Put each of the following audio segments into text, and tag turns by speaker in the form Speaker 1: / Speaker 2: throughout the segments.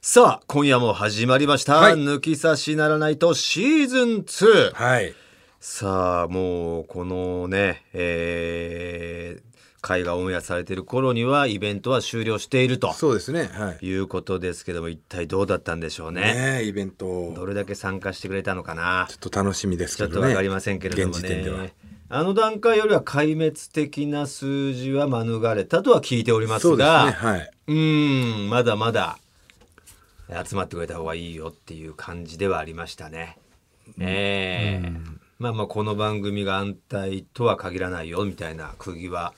Speaker 1: さあ、今夜も始まりました。
Speaker 2: はい
Speaker 1: 抜き差しならないとシーズン 2!
Speaker 2: はい。
Speaker 1: さあ、もう、このね、えー、会がオンエアされている頃には、イベントは終了していると
Speaker 2: そうですね。はい。
Speaker 1: いうことですけども、一体どうだったんでしょうね。
Speaker 2: ねえ、イベント。
Speaker 1: ど
Speaker 2: ちょ
Speaker 1: れだけ参加してくれたのかな。
Speaker 2: っと楽しみです
Speaker 1: ち
Speaker 2: け
Speaker 1: ょっと
Speaker 2: ど
Speaker 1: わ
Speaker 2: ね。
Speaker 1: かりませんけれども
Speaker 2: 現時点では
Speaker 1: ね。。あの段階よりは壊滅的な数字は免れたとは聞いておりま
Speaker 2: そ
Speaker 1: す
Speaker 2: うですね。
Speaker 1: が、
Speaker 2: はい。
Speaker 1: うーんまだまだ集まってくれた方がいいよっていう感じではありましたね。ええまあまあこの番組が安泰とは限らないよみたいな釘は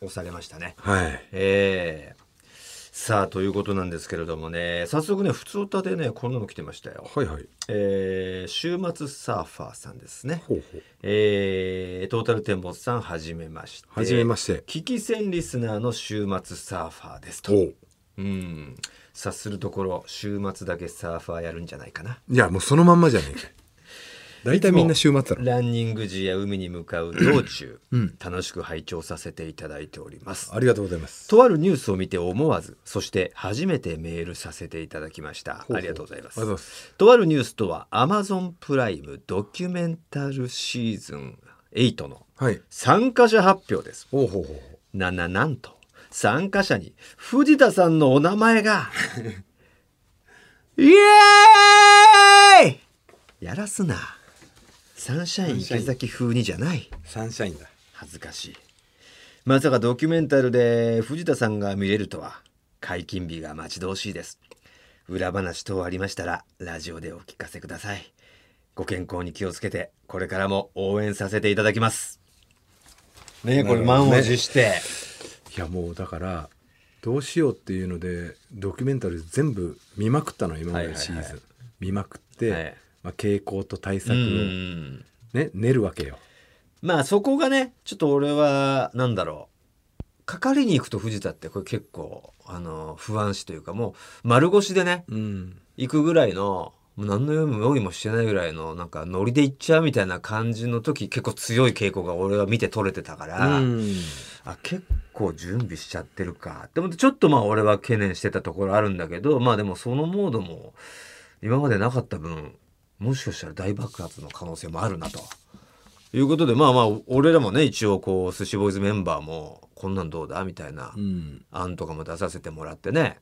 Speaker 1: 押されましたね。
Speaker 2: はい。
Speaker 1: ええさあということなんですけれどもね早速ね普通歌でねこんなの来てましたよ。
Speaker 2: はいはい。
Speaker 1: えー週末サーファーさんですね。
Speaker 2: ほうほう。
Speaker 1: えートータルテンボスさんはじめまして。
Speaker 2: はじめまして
Speaker 1: 危機戦リスナーの週末サーファーですと。
Speaker 2: おう
Speaker 1: うん察するところ週末だけサーファーやるんじゃないかない
Speaker 2: や、もうそのまんまじゃねえか。大体みんな週末だろ。
Speaker 1: ランニング時や海に向かう道中、楽しく拝聴させていただいております
Speaker 2: ありがとうございます。
Speaker 1: とあるニュースを見て思わずそして初めてメールさせていただきました
Speaker 2: ほう
Speaker 1: ありがとうございます
Speaker 2: ありがとうございます
Speaker 1: とあるニュースとは Amazon プライムドキュメンタルシーズン8の
Speaker 2: はい。
Speaker 1: 参加者発表です
Speaker 2: ほうほうほう。
Speaker 1: なななんと参加者に藤田さんのお名前が イエーイやらすなサンシャイン池崎風にじゃない
Speaker 2: サンシャインだ。
Speaker 1: 恥ずかしいまさかドキュメンタルで藤田さんが見れるとは解禁日が待ち遠しいです裏話等ありましたらラジオでお聞かせくださいご健康に気をつけてこれからも応援させていただきますねえこれ
Speaker 2: なるほど
Speaker 1: 満
Speaker 2: ね
Speaker 1: を持して、
Speaker 2: いや、もうだから、どうしようっていうので、ドキュメンタリー全部見まくったの、今までのシーズン。
Speaker 1: はいはいは
Speaker 2: 見まくって、
Speaker 1: はい
Speaker 2: まあ、傾向と対策
Speaker 1: う
Speaker 2: を、
Speaker 1: ん
Speaker 2: ね、練るわけよ。
Speaker 1: まあそこがねちょっと俺はなんだろうかかりに行くと藤田ってこれ結構あの不安視というかもう丸腰でね
Speaker 2: うん。
Speaker 1: 行くぐらいのもう何の用意もしてないぐらいのなんかノリで行っちゃうみたいな感じの時結構強い傾向が俺は見て取れてたから、
Speaker 2: うん
Speaker 1: あ結構準備しちゃってるかって思ってちょっとまあ俺は懸念してたところあるんだけどまあでもそのモードも今までなかった分もしかしたら大爆発の可能性もあるなと。いうことでまあまあ俺らもね一応こう寿司ボーイズメンバーもこんなんどうだみたいな
Speaker 2: うん。
Speaker 1: 案とかも出させてもらってね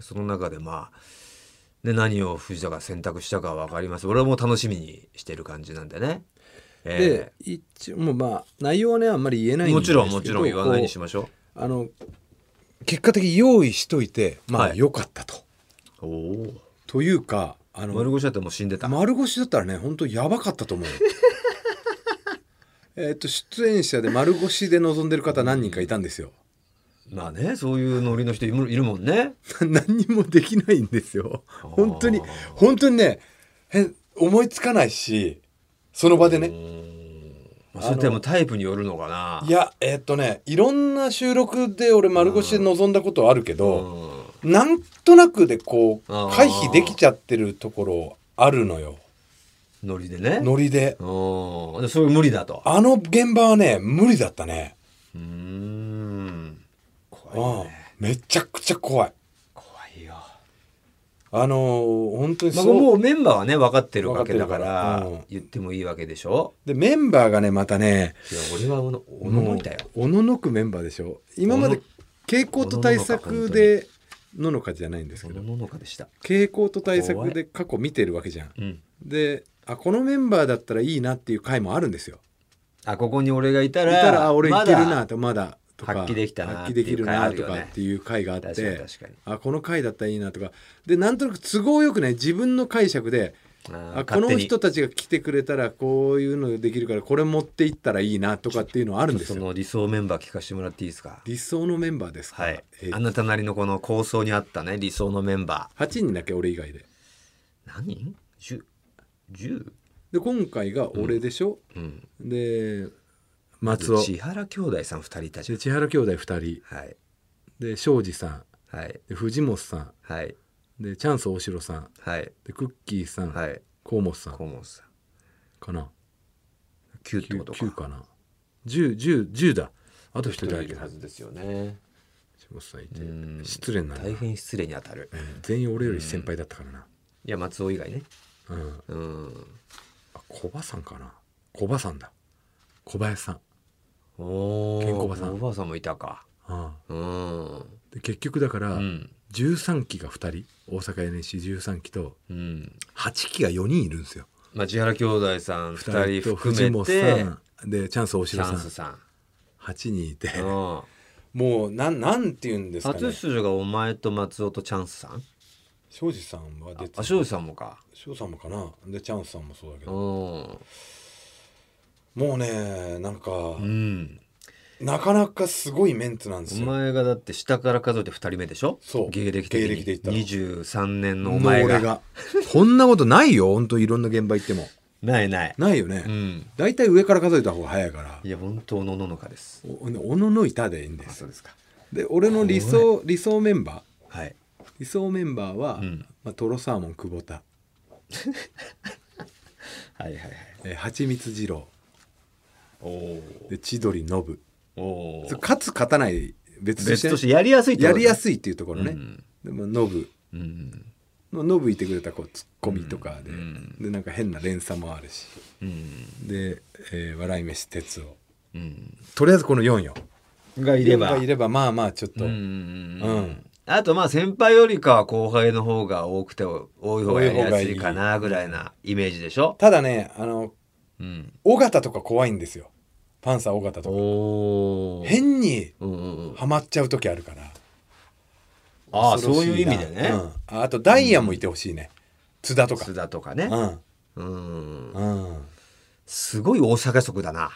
Speaker 1: その中でまあ、ね、何を藤田が選択したかは分かります俺はもう楽しみにしてる感じなんでね。
Speaker 2: で
Speaker 1: え
Speaker 2: 一応もうまあ内容はねあんまり言え
Speaker 1: え
Speaker 2: ないん
Speaker 1: も
Speaker 2: です
Speaker 1: ち
Speaker 2: けど
Speaker 1: ろんもちろん言わないにしましょ
Speaker 2: こうあの結果的に用意しといてまあ
Speaker 1: はい
Speaker 2: 良かったと、
Speaker 1: う。おお
Speaker 2: というかあの
Speaker 1: 丸腰だってもう死んでた。
Speaker 2: 丸腰だったらね本当やばかったと思うよ えっと出演者で丸腰で臨んでる方何人かいたんですよ
Speaker 1: まあね、そういうノリの人いるいるもんね。
Speaker 2: 何にもできないんですよ
Speaker 1: あー
Speaker 2: 本当に本当にねへ思いつかないしその場でね
Speaker 1: まあ、それってもうタイプによるのかな。
Speaker 2: いやえーっとねいろんな収録で俺丸腰で臨んだことはあるけ
Speaker 1: う
Speaker 2: ど、
Speaker 1: ん
Speaker 2: なんとなくでこう
Speaker 1: あー
Speaker 2: 回避できちゃってるところあるのよ
Speaker 1: ノリでね。
Speaker 2: ノリで
Speaker 1: うんでそれ無理だと。
Speaker 2: あの現場はね無理だったね
Speaker 1: うーん。怖いよ
Speaker 2: うん
Speaker 1: ね。
Speaker 2: めちゃくちゃ怖い
Speaker 1: 怖いよ。
Speaker 2: あのー本当に
Speaker 1: まあ、
Speaker 2: そう
Speaker 1: もうメンバーはね分かってるわけだから
Speaker 2: 分かってるからうん
Speaker 1: 言ってもいいわけでしょ
Speaker 2: でメンバーがねまたね
Speaker 1: いや俺はおのおののいたよ
Speaker 2: もうおののくメンバーでしょ今まで傾向と対策でののかじゃないんです
Speaker 1: お
Speaker 2: けど
Speaker 1: のののかでした
Speaker 2: 傾向と対策で過去見てるわけじゃん
Speaker 1: うん
Speaker 2: であこのメンバーだったらいいなっていう回もあるんですよ。
Speaker 1: あここに俺がいた
Speaker 2: い
Speaker 1: ら
Speaker 2: たらあ俺いける
Speaker 1: ま
Speaker 2: な
Speaker 1: だ
Speaker 2: とまだとか
Speaker 1: 発揮できたな
Speaker 2: 発揮できるなとかっ
Speaker 1: って
Speaker 2: ていう回があっ
Speaker 1: 確かに
Speaker 2: て
Speaker 1: 確かに
Speaker 2: あこの回だったらいいなとかでなんとなく都合よくね自分の解釈で
Speaker 1: あ
Speaker 2: あ
Speaker 1: ー
Speaker 2: この
Speaker 1: 勝手に
Speaker 2: 人たちが来てくれたらこういうのできるからこれ持っていったらいいなとかっていうのはあるんです
Speaker 1: そ
Speaker 2: よ。
Speaker 1: の理想メンバー聞かせてもらっていいですか
Speaker 2: 理想のメンバーですか、
Speaker 1: はい
Speaker 2: えー
Speaker 1: あなたなりのこの構想にあったね理想のメンバ
Speaker 2: 8人だけ俺以外で。
Speaker 1: ー何人 ?10?10?
Speaker 2: で今回が俺でしょ、
Speaker 1: うん
Speaker 2: で松尾
Speaker 1: 千原兄弟さん2人いたじゃ
Speaker 2: で千原兄弟2人
Speaker 1: んはい
Speaker 2: で庄司さん
Speaker 1: はい
Speaker 2: で藤本さん
Speaker 1: はい
Speaker 2: でチャンス大城さん
Speaker 1: はい
Speaker 2: でクッキーさん、
Speaker 1: はい
Speaker 2: 河本さん
Speaker 1: 顧問さん
Speaker 2: かな
Speaker 1: 9ってこと
Speaker 2: 9,
Speaker 1: か
Speaker 2: かな1010だあと1人だ
Speaker 1: い
Speaker 2: け
Speaker 1: るはずですよね。
Speaker 2: 下さんいうて
Speaker 1: ん
Speaker 2: 失礼になるな
Speaker 1: 大変失礼に当たる
Speaker 2: えー全員俺より先輩だったからない
Speaker 1: や松尾以外ね
Speaker 2: うん
Speaker 1: うん
Speaker 2: あ小バさんかな小バさんだ小林さん
Speaker 1: お
Speaker 2: ケンコバさん
Speaker 1: おばあさんもいたか
Speaker 2: ああ
Speaker 1: うん
Speaker 2: で結局だから、
Speaker 1: うん
Speaker 2: 13期が2人大阪 NSC13 期と
Speaker 1: うん
Speaker 2: 8期が4人いるんですよ
Speaker 1: まあ千原兄弟さん2人
Speaker 2: と
Speaker 1: 含
Speaker 2: 藤
Speaker 1: め
Speaker 2: 本
Speaker 1: て
Speaker 2: さんでチャンス大
Speaker 1: チ
Speaker 2: 城
Speaker 1: ャ
Speaker 2: さ
Speaker 1: ン
Speaker 2: ん
Speaker 1: スさ
Speaker 2: 8人いて
Speaker 1: んうん
Speaker 2: もうなんなんて言うんですか
Speaker 1: 初
Speaker 2: ね
Speaker 1: 出場がお前と松尾とチャンスさん
Speaker 2: 庄司さんは出て
Speaker 1: あ庄司さんもか
Speaker 2: 庄司さんもかなでチャンスさんもそうだけ
Speaker 1: う
Speaker 2: ど
Speaker 1: ん
Speaker 2: もうねなんか、
Speaker 1: うん
Speaker 2: なかなかすごいメンツなんで
Speaker 1: お
Speaker 2: すよ
Speaker 1: 前がだって下から数えて2人目でしょ
Speaker 2: そう
Speaker 1: 芸歴的に
Speaker 2: 芸歴で言ったら
Speaker 1: 23年のお前
Speaker 2: 俺
Speaker 1: が
Speaker 2: がこんなことないよ本当いろんな現場行っても
Speaker 1: ないない
Speaker 2: ないよね
Speaker 1: うん
Speaker 2: 大体、上から数えた方が早いから
Speaker 1: いや本当のののかです
Speaker 2: おおののいたでいいんで
Speaker 1: あ
Speaker 2: す
Speaker 1: そうですか
Speaker 2: で俺の理想理想メンバー
Speaker 1: はい
Speaker 2: 理想メンバーは、
Speaker 1: うん
Speaker 2: まあ、トロサーモン久保田
Speaker 1: はいはいはい
Speaker 2: えー蜂蜜二郎
Speaker 1: おお
Speaker 2: で千鳥ノブ
Speaker 1: おお
Speaker 2: そう勝つ勝たない別とし
Speaker 1: 別
Speaker 2: てね
Speaker 1: としてやりやすいって
Speaker 2: やりや
Speaker 1: い
Speaker 2: すいっていうところね、
Speaker 1: うん
Speaker 2: でもノブ
Speaker 1: うん
Speaker 2: ノブいてくれたこうツッコミとかで、
Speaker 1: うん
Speaker 2: でなんか変な連鎖もあるし
Speaker 1: うん
Speaker 2: で、えー笑い飯哲夫
Speaker 1: うん
Speaker 2: とりあえずこの4よ
Speaker 1: がいれば
Speaker 2: 4がいればまあまあちょっと、
Speaker 1: うんうんうんう
Speaker 2: うんん
Speaker 1: あとまあ先輩よりかは後輩の方が多くて多い方がやりやすいかな
Speaker 2: 多い方がいい
Speaker 1: ぐらいなイメージでしょ
Speaker 2: ただねあの
Speaker 1: うん
Speaker 2: 尾形とか怖いんですよパンサー尾形とか
Speaker 1: おお
Speaker 2: 変に
Speaker 1: うんうんうん
Speaker 2: ハマっちゃう時あるから
Speaker 1: ああそ
Speaker 2: 恐
Speaker 1: う
Speaker 2: ろ
Speaker 1: いう
Speaker 2: し
Speaker 1: 意
Speaker 2: な
Speaker 1: 味でね、
Speaker 2: うんああとダイヤもいてほしいね、津田とか
Speaker 1: 津田とかね
Speaker 2: うん
Speaker 1: うん
Speaker 2: うん
Speaker 1: すごい大阪色だな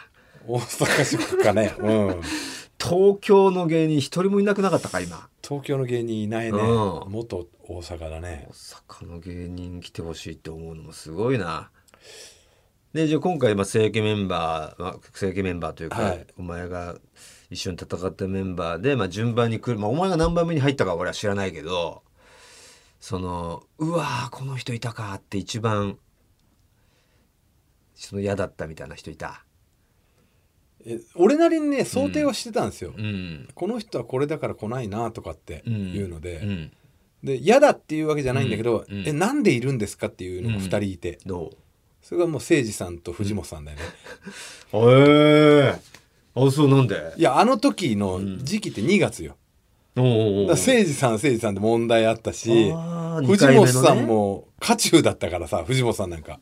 Speaker 2: 大阪市区か ね、うん、
Speaker 1: 東京の芸人一人もいなくなかったか今
Speaker 2: 東京の芸人いないね、
Speaker 1: うん
Speaker 2: 元大阪だね
Speaker 1: 大阪の芸人来てほしいって思うのもすごいなでじゃあ今回まあ正規メンバーまあ正規メンバーというか、
Speaker 2: はい
Speaker 1: お前が一緒に戦ったメンバーで、まあ、順番に来る、まあ、お前が何番目に入ったかは俺は知らないけどそのうわーこの人いたかって一番その嫌だったみたいな人いた
Speaker 2: え俺なりにね想定はしてたんですよ、
Speaker 1: うん
Speaker 2: この人はこれだから来ないなとかって
Speaker 1: うん
Speaker 2: いうので、
Speaker 1: うん
Speaker 2: で嫌だっていうわけじゃないんだけど、
Speaker 1: うんうん
Speaker 2: えなんでいるんですかっていうのが2人いて、
Speaker 1: どう
Speaker 2: それがもう誠司さんと藤本さんだよね、
Speaker 1: へえあそうなんで
Speaker 2: いやあの時の時期って2月よ、
Speaker 1: おうおうおう
Speaker 2: だから誠司さん誠司さんで問題あったし
Speaker 1: あー二
Speaker 2: 藤
Speaker 1: 回目の
Speaker 2: 本
Speaker 1: ね
Speaker 2: さんも渦中だったからさ藤本さんなんか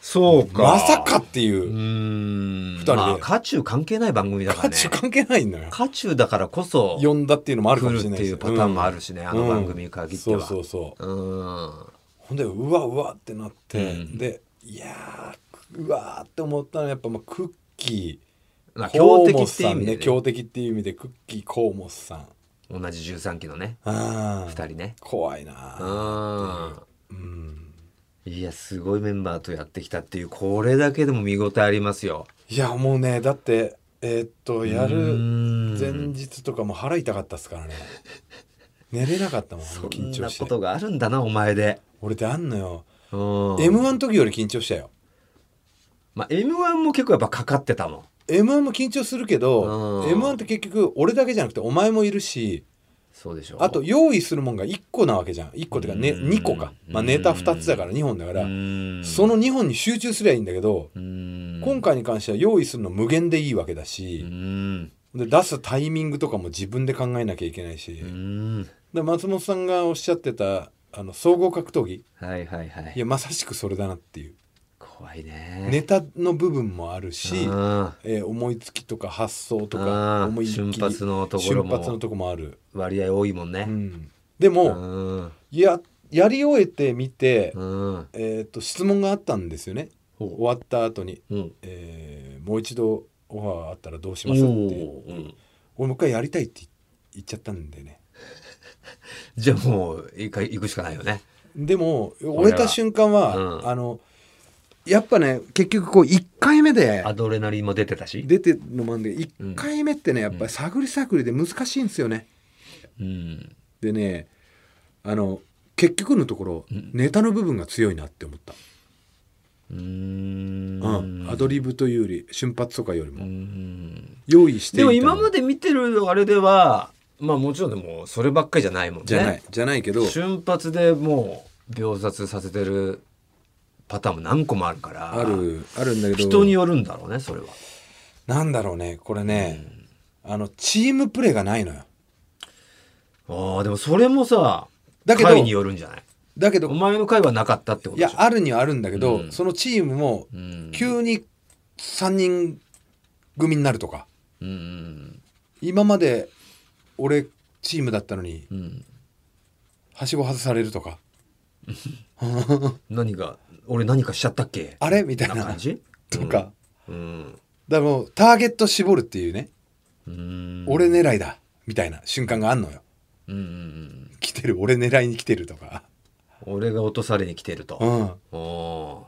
Speaker 1: そうか
Speaker 2: まさかっていうう
Speaker 1: ーん
Speaker 2: 二人で
Speaker 1: まあ渦中関係ない番組だから
Speaker 2: 渦
Speaker 1: ね
Speaker 2: 中関係ないのよ
Speaker 1: 渦中だからこそ
Speaker 2: 呼んだっていうのもあるか
Speaker 1: 来
Speaker 2: も
Speaker 1: る
Speaker 2: しれ
Speaker 1: っ
Speaker 2: ない
Speaker 1: て
Speaker 2: し
Speaker 1: いうパターンもあるしね、あの番組に限っては
Speaker 2: うんそうそうそう
Speaker 1: うーん
Speaker 2: ほんでうわうわってなって、
Speaker 1: うん
Speaker 2: でいやーうわーって思ったのはやっぱまあクッキ
Speaker 1: まあ
Speaker 2: ー
Speaker 1: 強敵っ
Speaker 2: 河本
Speaker 1: ていう
Speaker 2: さ
Speaker 1: 意
Speaker 2: ん
Speaker 1: 味で、
Speaker 2: ね
Speaker 1: ね、
Speaker 2: 強敵っていう意味でクッキー河本さん
Speaker 1: 同じ13期のね
Speaker 2: あ
Speaker 1: 2
Speaker 2: ー
Speaker 1: 人ね
Speaker 2: 怖いうな
Speaker 1: ーん
Speaker 2: うん
Speaker 1: いやすごいメンバーとやってきたっていうこれだけでも見応えありますよ
Speaker 2: いやもうねだってえーっとや
Speaker 1: うー
Speaker 2: る
Speaker 1: ん
Speaker 2: 前日とかも腹痛かったっすからね寝れなかったもん
Speaker 1: そ
Speaker 2: 緊
Speaker 1: ん
Speaker 2: 張
Speaker 1: な
Speaker 2: して
Speaker 1: ことがあるんだなお前で
Speaker 2: 俺ってあんのよ
Speaker 1: うん
Speaker 2: m 1の時より緊張したよ
Speaker 1: まあ、M1 も結構やっぱかかってたもん。
Speaker 2: m 1も緊張するけど、
Speaker 1: うん
Speaker 2: m 1って結局俺だけじゃなくてお前もいるし
Speaker 1: そうでしょ
Speaker 2: あと用意するもんが1個なわけじゃん1個っていうか、ね、
Speaker 1: うん
Speaker 2: 2個か、まあ、ネタ2つだから2本だからそ
Speaker 1: の
Speaker 2: の2本に集中すりゃいいんだけど今
Speaker 1: 今
Speaker 2: 回に関しては用意するの無限でいいわけだ
Speaker 1: う
Speaker 2: し
Speaker 1: ん
Speaker 2: で出すタイミングとかも自分で考えなきゃいけないし
Speaker 1: うん
Speaker 2: で松本さんがおっしゃってたあの総合格闘技
Speaker 1: はいはいはい
Speaker 2: いやまさしくそれだなっていう
Speaker 1: 怖いね
Speaker 2: ネタの部分もあるし、
Speaker 1: うん
Speaker 2: えー思いつきとか発想と
Speaker 1: あ
Speaker 2: か
Speaker 1: ー
Speaker 2: 思い切
Speaker 1: 瞬
Speaker 2: り
Speaker 1: 発のところも
Speaker 2: 瞬発のとこもある、
Speaker 1: 割合多いもん
Speaker 2: う
Speaker 1: ね
Speaker 2: ん、で
Speaker 1: う
Speaker 2: も、
Speaker 1: ん
Speaker 2: ややり終えてみて、
Speaker 1: うん
Speaker 2: えー、と質問があったんですよね
Speaker 1: ほう
Speaker 2: 終わった後に、
Speaker 1: うん
Speaker 2: えーもう一度オファーあったらどうし
Speaker 1: お
Speaker 2: ますっていう
Speaker 1: ーうん
Speaker 2: 俺もう一回やりたいって言っちゃったんでね
Speaker 1: じゃあもう一回行くしかないよね
Speaker 2: でも
Speaker 1: は
Speaker 2: 終えた瞬間は、
Speaker 1: うん
Speaker 2: あのやっぱね結局こう1回目で
Speaker 1: アドレナリンも出てたし
Speaker 2: 出てるのもあるんで
Speaker 1: うん
Speaker 2: 1回目ってねやっぱり探り探りで難しいんですよね。
Speaker 1: うん
Speaker 2: でねあの結局のところ、
Speaker 1: うん
Speaker 2: ネタの部分が強いなって思った、
Speaker 1: う
Speaker 2: うん
Speaker 1: ん
Speaker 2: アドリブというより瞬発とかより
Speaker 1: う
Speaker 2: も、
Speaker 1: ん
Speaker 2: 用意してい
Speaker 1: で
Speaker 2: た
Speaker 1: も
Speaker 2: の
Speaker 1: 今まで見てるあれではまあもちろんでもそればっかりじゃないもんね
Speaker 2: じゃないじゃないけど
Speaker 1: 瞬発でもう秒殺させてるパターンも何個もあるから
Speaker 2: あるあるんだけど
Speaker 1: 人によるんだろうねそれは
Speaker 2: なんだろうねこれね、あのチームプレーがないのよ
Speaker 1: ああでもそれもさ
Speaker 2: だけど
Speaker 1: 回によるんじゃない
Speaker 2: だけ
Speaker 1: お
Speaker 2: ど
Speaker 1: 前の回はなかったってこと
Speaker 2: い
Speaker 1: で
Speaker 2: や
Speaker 1: しょ
Speaker 2: あるにはあるんだけ
Speaker 1: う
Speaker 2: ど、
Speaker 1: ん
Speaker 2: そのチームも
Speaker 1: うん
Speaker 2: 急に3人組になるとか
Speaker 1: うん
Speaker 2: 今まで俺チームだったのに
Speaker 1: うんうん
Speaker 2: はしご外されると か
Speaker 1: 何が俺何かしちゃったっけ
Speaker 2: あれみたい
Speaker 1: な
Speaker 2: な
Speaker 1: 感じ
Speaker 2: とか、
Speaker 1: うん
Speaker 2: だからもうターゲット絞るっていうね、
Speaker 1: うん
Speaker 2: 俺狙いだみたいな瞬間があんのよ
Speaker 1: うんうんうん
Speaker 2: 来てる俺狙いに来てるとか
Speaker 1: 俺が落とされに来てると
Speaker 2: うん
Speaker 1: おお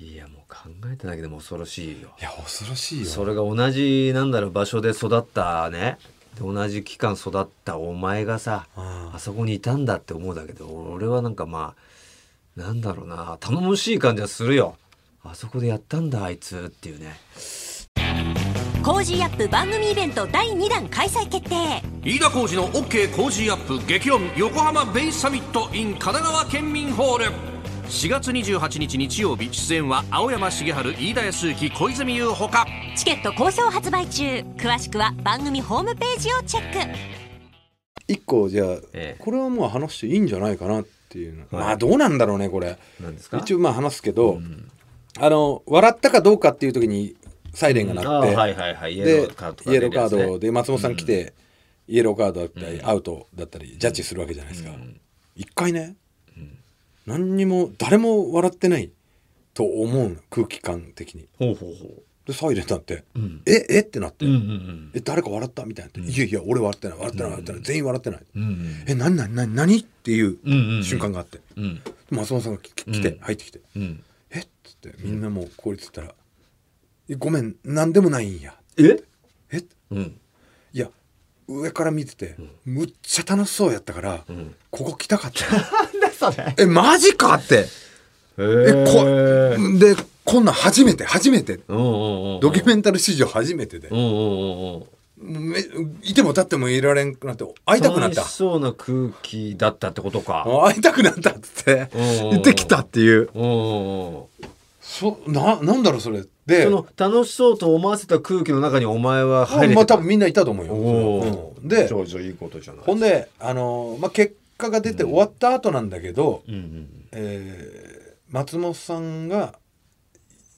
Speaker 1: ーいやもう考えただけでも恐ろしいよ
Speaker 2: いや恐ろしいよ
Speaker 1: それが同じなんだろう場所で育ったねで同じ期間育ったお前がさ
Speaker 2: うん
Speaker 1: あそこにいたんだって思うだけど俺はなんかまあなんだろうな頼もしい感じはするよあそこでやったんだあいつっていうね
Speaker 3: コージーアップ番組イベント第2弾開催決定
Speaker 4: 飯田浩司の OK 工事アップ激論横浜ベイサミット in 神奈川県民ホール4月28日日曜日出演は青山茂春飯田康之小泉優ほか
Speaker 3: チケット好評発売中詳しくは番組ホームページをチェック
Speaker 2: 一個じゃあ、
Speaker 1: ええ
Speaker 2: これはもう話していいんじゃないかなっていうの、
Speaker 1: はい
Speaker 2: まあどうなんだろうねこれ
Speaker 1: 何ですか
Speaker 2: 一応まあ話すけど、あの笑ったかどうかっていう時にサイレンが鳴
Speaker 1: ああ
Speaker 2: って、
Speaker 1: はいはいはいイエ
Speaker 2: で
Speaker 1: ローカードとか
Speaker 2: イ
Speaker 1: 出
Speaker 2: エ
Speaker 1: る
Speaker 2: ロ
Speaker 1: や
Speaker 2: ーカ
Speaker 1: つ
Speaker 2: ー
Speaker 1: ね
Speaker 2: ドで松本さん来て、イエローカードだったり、アウトだったりジャッジするわけじゃないですか、一回ね、何にも誰も笑ってないと思うの空気感的に
Speaker 1: ほうほうほ
Speaker 2: でサイレンになって「
Speaker 1: ん
Speaker 2: ええっ?」てなって「
Speaker 1: ううんうん
Speaker 2: え誰か笑った?」みたいになって「いやいや俺笑ってない笑ってない笑ってない、全員笑ってない」
Speaker 1: うんうん
Speaker 2: え何何何何?」ってい
Speaker 1: うんうんう
Speaker 2: うん瞬間があって、
Speaker 1: うん
Speaker 2: 松本さんがきき来て、入ってきて
Speaker 1: うん
Speaker 2: 「えっ?」つってみんなもうこう言ってたら「えごめん何でもないんや
Speaker 1: え」
Speaker 2: え
Speaker 1: うん
Speaker 2: いや上から見てて、むっちゃ楽しそうやったから、
Speaker 1: ん
Speaker 2: ここ来たかっ た
Speaker 1: なんだそれ
Speaker 2: えマジかって
Speaker 1: え
Speaker 2: えこ
Speaker 1: ー
Speaker 2: でこんなん初めて初めて
Speaker 1: うんうんうんうん
Speaker 2: ドキュメンタル史上初めてで
Speaker 1: う、んうんうんうん
Speaker 2: めいても立ってもいられんくなって会いたくなった
Speaker 1: 楽しそうな空気だったってことか
Speaker 2: 会いたくなったっつって
Speaker 1: うんうんうん
Speaker 2: 言ってきたっていう
Speaker 1: うんうんうん
Speaker 2: そななんだろうそれで
Speaker 1: その楽しそうと思わせた空気の中にお前は入れて
Speaker 2: まあ
Speaker 1: た
Speaker 2: 多分みんないたと思うよ。
Speaker 1: お
Speaker 2: う
Speaker 1: ー
Speaker 2: んで
Speaker 1: 上々いいことじゃない
Speaker 2: ほんで、あのーまあ、結果が出て終わった後なんだけど、
Speaker 1: うんうん
Speaker 2: えー松本さんが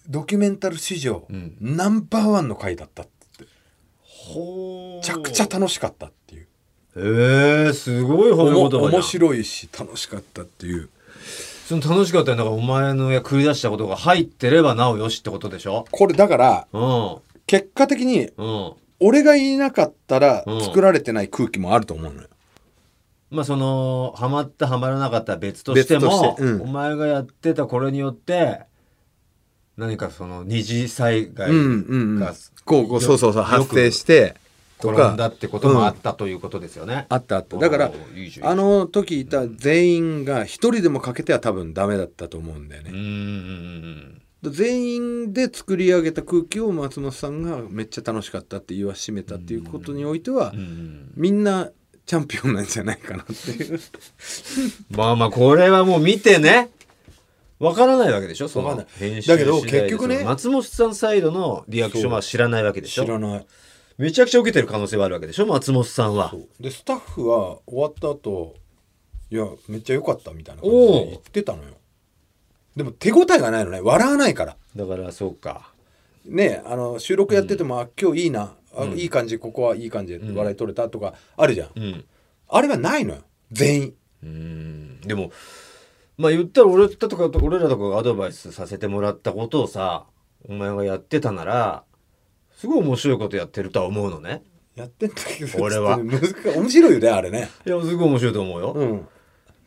Speaker 2: ドキュメンタル史上
Speaker 1: うん
Speaker 2: ナンバーワンの回だったって
Speaker 1: ほ
Speaker 2: めちゃくちゃ楽しかったっていう
Speaker 1: えー、すごい褒め言葉じゃん
Speaker 2: おも面白いし楽しかったっていう
Speaker 1: その楽しかったんだからお前のや繰り出したことが入ってればなおよしってことでしょ
Speaker 2: これだから
Speaker 1: うん
Speaker 2: 結果的に
Speaker 1: うん
Speaker 2: 俺がいなかったら
Speaker 1: うん
Speaker 2: 作られてない空気もあると思うのよ。
Speaker 1: まあそのハマったハマらなかったは別としても
Speaker 2: 別としてうん
Speaker 1: お前がやってたこれによって何かその二次災害
Speaker 2: うんうんうん
Speaker 1: が、
Speaker 2: こうこうそうそうそう
Speaker 1: よく
Speaker 2: 発生してとか
Speaker 1: 転んだってこともあ
Speaker 2: うん
Speaker 1: ったということですよね、
Speaker 2: あったあっただから
Speaker 1: おーいいじゃん
Speaker 2: あの時いた全員が一人でも欠けては多分ダメだったと思うんだよ
Speaker 1: う
Speaker 2: ね、
Speaker 1: ん
Speaker 2: 全員で作り上げた空気を松本さんがめっちゃ楽しかったって言わしめたっていうことにおいては、
Speaker 1: ん
Speaker 2: みんなチャンピオンなんじゃないかなっていう
Speaker 1: まあまあこれはもう見てねわからないわけでしょそ
Speaker 2: わか
Speaker 1: の
Speaker 2: んない
Speaker 1: 編集
Speaker 2: だけど
Speaker 1: 次第で
Speaker 2: 結局ね
Speaker 1: その松本さんサイドのリアクションは知らないわけでし
Speaker 2: 知ら
Speaker 1: ょ
Speaker 2: ない
Speaker 1: めちゃくちゃ受けてる可能性はあるわけでしょ松本さんは
Speaker 2: でスタッフは終わった後いやめっちゃ良かったみたいな感じ
Speaker 1: お
Speaker 2: で
Speaker 1: う
Speaker 2: 言ってたのよでも手応えがないのね笑わないから
Speaker 1: だからそうか
Speaker 2: ねあの収録やってても、あ今日いいなあいい感じここはいい感じで笑い取れたとかあるじゃん、
Speaker 1: うん
Speaker 2: あれはないのよ全員
Speaker 1: うんでもまあ言ったら俺たとか俺らとかがアドバイスさせてもらったことをさお前がやってたならすごい面白いことやってるとは思うのね
Speaker 2: やってんだけど
Speaker 1: 俺は
Speaker 2: ちょっと難しい面白いよねあれね
Speaker 1: いやすごい面白いと思うよ、
Speaker 2: うん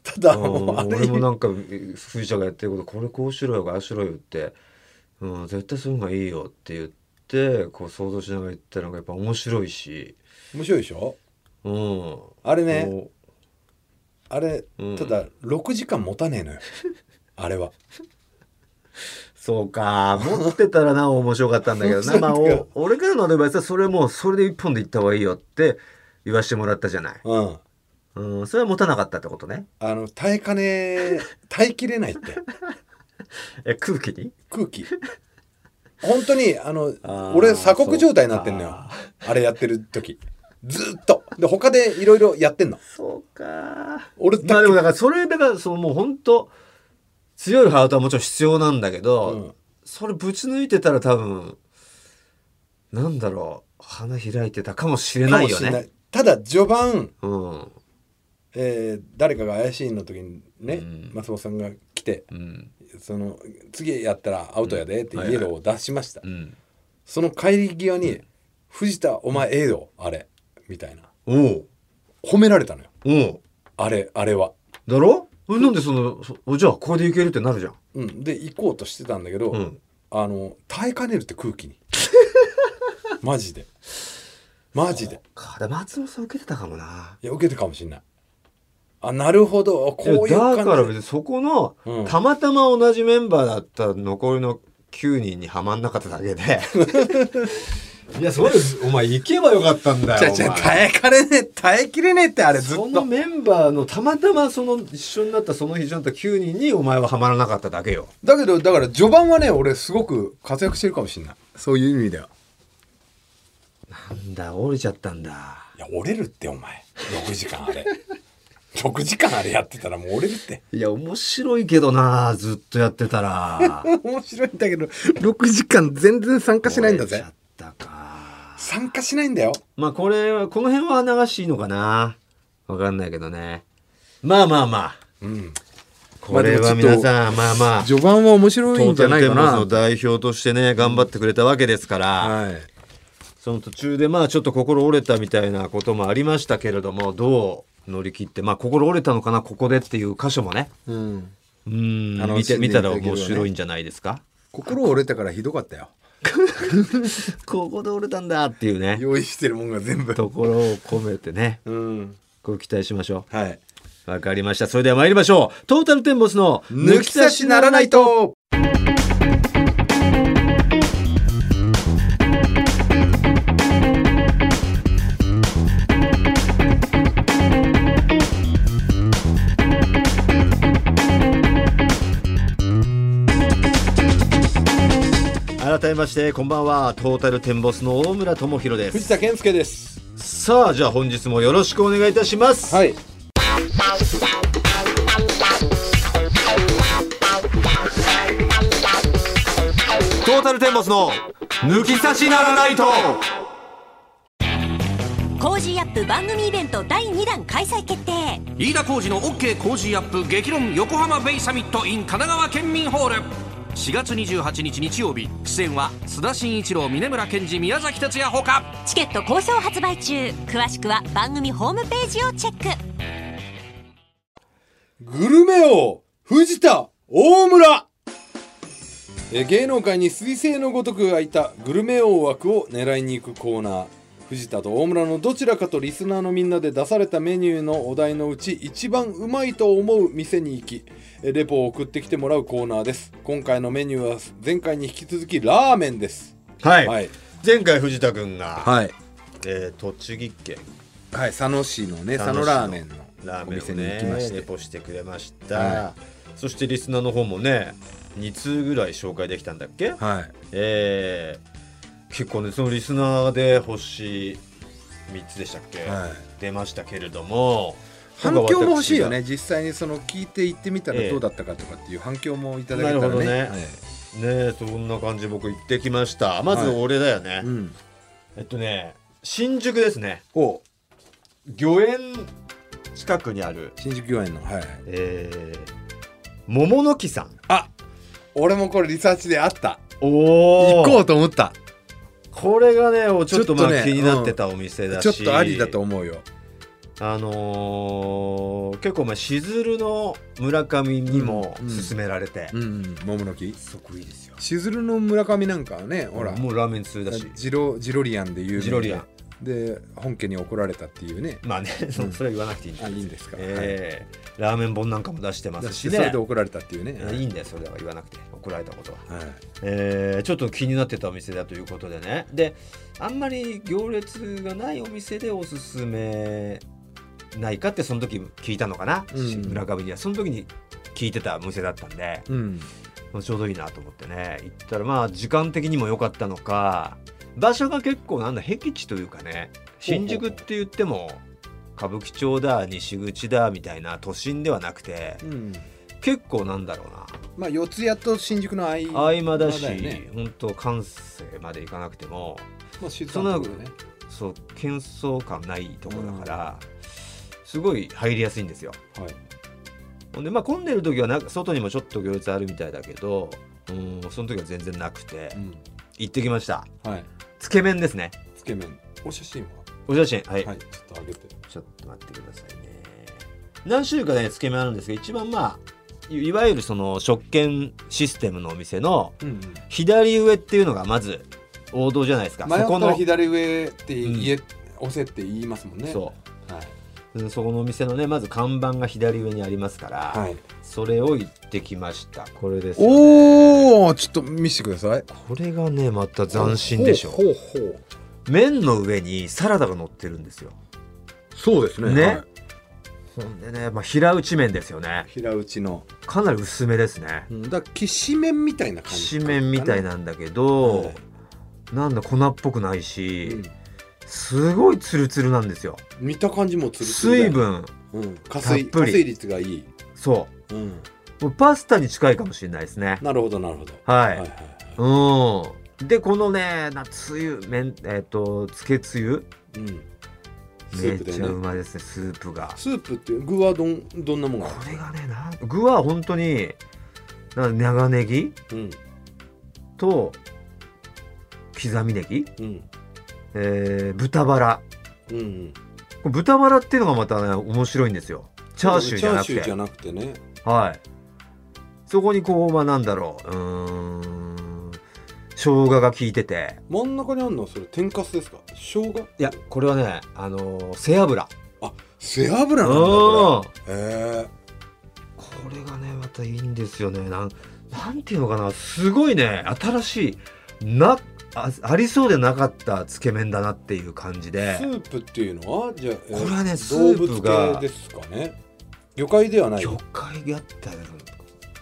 Speaker 2: ただ
Speaker 1: う
Speaker 2: も
Speaker 1: ん
Speaker 2: うあれ
Speaker 1: 俺もなんか藤田がやってることこれこうしろよああしろよって、うん、絶対そういうのがいいよって言ってこう想像しながら言ったのがやっぱ面白いし、
Speaker 2: 面白いでしょ
Speaker 1: うん、
Speaker 2: あれね
Speaker 1: こ
Speaker 2: あれ
Speaker 1: うん
Speaker 2: ただ6時間持たねえのよあれは
Speaker 1: うそうか持ってたらなお面白かったんだけどな、まあ、お俺からのアドバイスはそれもうそれで一本で行った方がいいよって言わしてもらったじゃない。
Speaker 2: うん。
Speaker 1: うん、それは持たなかったってことね。
Speaker 2: あの、耐えかね、耐えきれないって。
Speaker 1: え、空気に
Speaker 2: 空気。本当に、あの、
Speaker 1: あー
Speaker 2: 俺、鎖国状態になってんのよ。あれやってる時。ずーっと。で、他でいろいろやってんの。
Speaker 1: そうか。
Speaker 2: 俺だ け
Speaker 1: まあでもだからそれだからそのもう本当強いハートはもちろん必要なんだけど、
Speaker 2: うん
Speaker 1: それぶち抜いてたら多分なんだろう花開いてたかもしれないよ
Speaker 2: かもしれな
Speaker 1: ね。
Speaker 2: いただ、序盤、
Speaker 1: うん
Speaker 2: えー誰かが怪しいの時にね、
Speaker 1: うん
Speaker 2: 松本さんが来て、
Speaker 1: うん
Speaker 2: その、次やったらアウトやでってイエローを出しました。
Speaker 1: うん。
Speaker 2: その帰り際に、藤田、お前ええよ、あれ。みたいな。
Speaker 1: おう
Speaker 2: 褒められたのよ。
Speaker 1: おう
Speaker 2: あれ、あれは。
Speaker 1: だろ？えなんでそのそじゃあこれでいけるってなるじゃん。
Speaker 2: うん、で行こうとしてたんだけど、
Speaker 1: うん
Speaker 2: あの耐えかねるって空気 にマジでマジで
Speaker 1: かだ松本さん受けてたかもな。
Speaker 2: いや受けてるかもしれないあなるほどこういう
Speaker 1: いやだから
Speaker 2: 感
Speaker 1: 別
Speaker 2: じ
Speaker 1: にそこの、
Speaker 2: うん
Speaker 1: たまたま同じメンバーだった残りの9人にはまんなかっただけ でいやそれお前行けばよかったんだ
Speaker 2: じゃ
Speaker 1: よ
Speaker 2: じゃ
Speaker 1: お前
Speaker 2: 耐えかれねえ耐えきれねえってあれずっ
Speaker 1: その
Speaker 2: と
Speaker 1: メンバーのたまたまその一緒になったその日一緒になった9人にお前ははまらなかっただけよ
Speaker 2: だけどだから序盤はね俺すごく活躍してるかもしれないそういう意味では
Speaker 1: なんだ折れちゃったんだ
Speaker 2: いや折れるってお前6時間あれ 6時間あれやってたらもう折れるって
Speaker 1: いや面白いけどなずっとやってたら
Speaker 2: 面白いんだけど6時間全然参加しないんだ
Speaker 1: 折れ
Speaker 2: ぜ
Speaker 1: ちゃったか
Speaker 2: 参加しないんだよ
Speaker 1: まあこれはこの辺は流していいのかなわかんないけどねまあまあまあ
Speaker 2: うん
Speaker 1: これは皆さんまあまあ
Speaker 2: 序盤は面白いんじゃないか
Speaker 1: トータ
Speaker 2: な
Speaker 1: ルテンボスの代表としてね頑張ってくれたわけですから、
Speaker 2: はい
Speaker 1: その途中でまあちょっと心折れたみたいなこともありましたけれどもどう乗り切ってまあ心折れたのかなここでっていう箇所もね
Speaker 2: うん、
Speaker 1: うーん
Speaker 2: 楽
Speaker 1: 見
Speaker 2: してんで
Speaker 1: 見
Speaker 2: いた
Speaker 1: たら
Speaker 2: だければね
Speaker 1: 面白いんじゃないですか
Speaker 2: 心折れたからひどかったよ
Speaker 1: ここで折れたんだっていうね
Speaker 2: 用意してるもんが全部
Speaker 1: ところを込めてね
Speaker 2: うん
Speaker 1: こう期待しましょ
Speaker 2: はい、
Speaker 1: うわかりましたそれでは参りましょうトータルテンボスの
Speaker 2: 抜き差しならないと
Speaker 1: 改めましてこんばんはトータルテンボスの大村智弘です
Speaker 2: 藤田健介です
Speaker 1: さあじゃあ本日もよろしくお願いいたします、
Speaker 2: はい
Speaker 1: トータルテンボスの抜き差しならないと
Speaker 3: コージーアップ番組イベント第2弾開催決定
Speaker 4: 飯田浩二の OK 工事アップ激論横浜ベイサミット in 神奈川県民ホール4月28日日曜日出演は須田慎一郎峯村健二宮崎哲也ほか
Speaker 3: チケット好評発売中詳しくは番組ホームページをチェック
Speaker 2: グルメ王藤田大村えー芸能界に彗星のごとく空いたグルメ王枠を狙いに行くコーナー藤田と大村のどちらかとリスナーのみんなで出されたメニューのお題のうち一番うまいと思う店に行きえーレポを送ってきてもらうコーナーです今回のメニューは前回に引き続きラーメンです
Speaker 1: はい、
Speaker 2: はい
Speaker 1: 前回藤田君が、
Speaker 2: い
Speaker 1: えー栃木県
Speaker 2: はい佐野市のね
Speaker 1: 市ラーメンをねレポしてくれました、
Speaker 2: は
Speaker 1: そしてリスナーの方もね2通ぐらい紹介できたんだっけ、
Speaker 2: はい
Speaker 1: えー結構ねそのリスナーで星3つでしたっけ、
Speaker 2: はい
Speaker 1: 出ましたけれども
Speaker 2: 反響も欲しいよ
Speaker 1: 今回私が
Speaker 2: ね実際にその聞いて行ってみた
Speaker 1: え
Speaker 2: ら
Speaker 1: え
Speaker 2: どうだったかとかっていう反響もいただけた
Speaker 1: な
Speaker 2: ら
Speaker 1: るほど
Speaker 2: ね
Speaker 1: ね
Speaker 2: はい
Speaker 1: ねえそんな感じで僕行ってきましたまず俺だよね、
Speaker 2: うん
Speaker 1: えっとね新宿ですね
Speaker 2: お
Speaker 1: 御苑近くにある、
Speaker 2: 新宿御苑のはい
Speaker 1: えー、桃の木さん
Speaker 2: あ俺もこれリサーチであった
Speaker 1: お
Speaker 2: 行こ
Speaker 1: こ
Speaker 2: うと思った
Speaker 1: れがねおちょっとまあ
Speaker 2: ちょっとね
Speaker 1: 気になってたお店だし、
Speaker 2: ちょっとありだと思うよ
Speaker 1: あのー結構まあしずるの村上にも
Speaker 2: うん
Speaker 1: 勧められて、
Speaker 2: うんうん桃の木
Speaker 1: すごいいですよ
Speaker 2: しずるの村上なんかはねほら
Speaker 1: もうラーメン通だし
Speaker 2: ジロジロリアンで有名で
Speaker 1: ジロリアン
Speaker 2: で本家に怒られたっていうね
Speaker 1: まあね、そそれは言わなくていいん
Speaker 2: あ
Speaker 1: で
Speaker 2: いいんですか、
Speaker 1: ええラーメン本なんかも出してま
Speaker 2: はい、だ
Speaker 1: す
Speaker 2: し
Speaker 1: し
Speaker 2: それ
Speaker 1: ね
Speaker 2: で怒られたっていうね、はい
Speaker 1: いいんだよそれだから言わなくて怒られたことは、
Speaker 2: はい
Speaker 1: えーちょっと気になってたお店だということでねであんまり行列がないお店でおすすめないかってその時聞いたのかな、
Speaker 2: うん
Speaker 1: 村上にはその時に聞いてたお店だったんで、
Speaker 2: うん
Speaker 1: ちょうどいいなと思ってね行ったらまあ時間的にも良かったのか場所が結構なんだ僻地というかね新宿って言っても歌舞伎町だ西口だみたいな都心ではなくて
Speaker 2: うん
Speaker 1: 結構なんだろうな
Speaker 2: まあ四谷と新宿の合間
Speaker 1: 合間だし
Speaker 2: よね
Speaker 1: 本当関西まで行かなくても
Speaker 2: まあ、静かなところね
Speaker 1: そう喧騒感ないところだから、すごい入りやすいんですよ
Speaker 2: はい
Speaker 1: ほんでまあ混んでる時はな外にもちょっと行列あるみたいだけどうんその時は全然なくて
Speaker 2: うん
Speaker 1: 行ってきました
Speaker 2: はい
Speaker 1: つけ麺ですね
Speaker 2: つけ麺お写真は
Speaker 1: お写真はい、
Speaker 2: はいちょっと上げて
Speaker 1: ちょっと待ってくださいね何種類かねつけ麺あるんですけど一番まあいいわゆるその食券システムのお店の
Speaker 2: うんうん
Speaker 1: 左上っていうのがまず王道じゃないですか
Speaker 2: 迷
Speaker 1: そこ
Speaker 2: ったら
Speaker 1: の
Speaker 2: 左上って言え、押せって言いますもんね
Speaker 1: そう
Speaker 2: はい、
Speaker 1: うんそこのお店のねまず看板が左上にありますから、
Speaker 2: はい、
Speaker 1: それを行ってきましたこれですよ
Speaker 2: おおちょっと見せてください
Speaker 1: これがねまた斬新でしょ
Speaker 2: ほうほう
Speaker 1: 麺の上にサラダが乗ってるんですよ
Speaker 2: そうですね
Speaker 1: ね
Speaker 2: はい
Speaker 1: ほんでね、まあ、平打ち麺ですよね
Speaker 2: 平打ちの、
Speaker 1: かなり薄めですね
Speaker 2: うん、だからきしめんみたいな感
Speaker 1: き
Speaker 2: じ
Speaker 1: しめんみたいなんだけど、
Speaker 2: はい
Speaker 1: なんだ粉っぽくないし、
Speaker 2: うん
Speaker 1: すごいツルツルなんですよ
Speaker 2: 見た感じもつるつるだ
Speaker 1: 水
Speaker 2: よ、
Speaker 1: 分
Speaker 2: うん、加水
Speaker 1: たっぷ
Speaker 2: 加
Speaker 1: り
Speaker 2: 水率がいい、
Speaker 1: そ
Speaker 2: うん、
Speaker 1: うもうパスタに近いかもしれないですね
Speaker 2: なるほどなるほど
Speaker 1: はい
Speaker 2: はい
Speaker 1: うんでこのねなつゆ麺えっ、とつけつゆ
Speaker 2: うん、ス
Speaker 1: め
Speaker 2: ー
Speaker 1: っ
Speaker 2: プで
Speaker 1: ちゃう
Speaker 2: ね
Speaker 1: まいですねスープが
Speaker 2: スープって具はどんどんなもんが
Speaker 1: これがねなん具は本当にな長ネギ
Speaker 2: うん
Speaker 1: と刻みネギ、
Speaker 2: うん
Speaker 1: えー豚バラ
Speaker 2: うん
Speaker 1: これ豚バラっていうのがまたね面白いんですよチャーシューじゃなく
Speaker 2: チャーシューじゃ
Speaker 1: て
Speaker 2: なくてね
Speaker 1: はいそこにこうまあなんだろううーん生姜が効いてて
Speaker 2: 真ん中にあるのはそれ天かすですか生姜
Speaker 1: いやこれはねあのー背脂
Speaker 2: あ背脂
Speaker 1: う
Speaker 2: なんんだこ
Speaker 1: こ
Speaker 2: れへえ
Speaker 1: れがねまたいいんですよねなんなんていうのかなすごいね新しいなあありそうでなかったつけ麺だなっていう感じで
Speaker 2: スープっていうのはじゃあ、えー
Speaker 1: これはねス
Speaker 2: 動
Speaker 1: ー
Speaker 2: 物
Speaker 1: プが
Speaker 2: 系ですかね魚介ではない
Speaker 1: 魚介やったら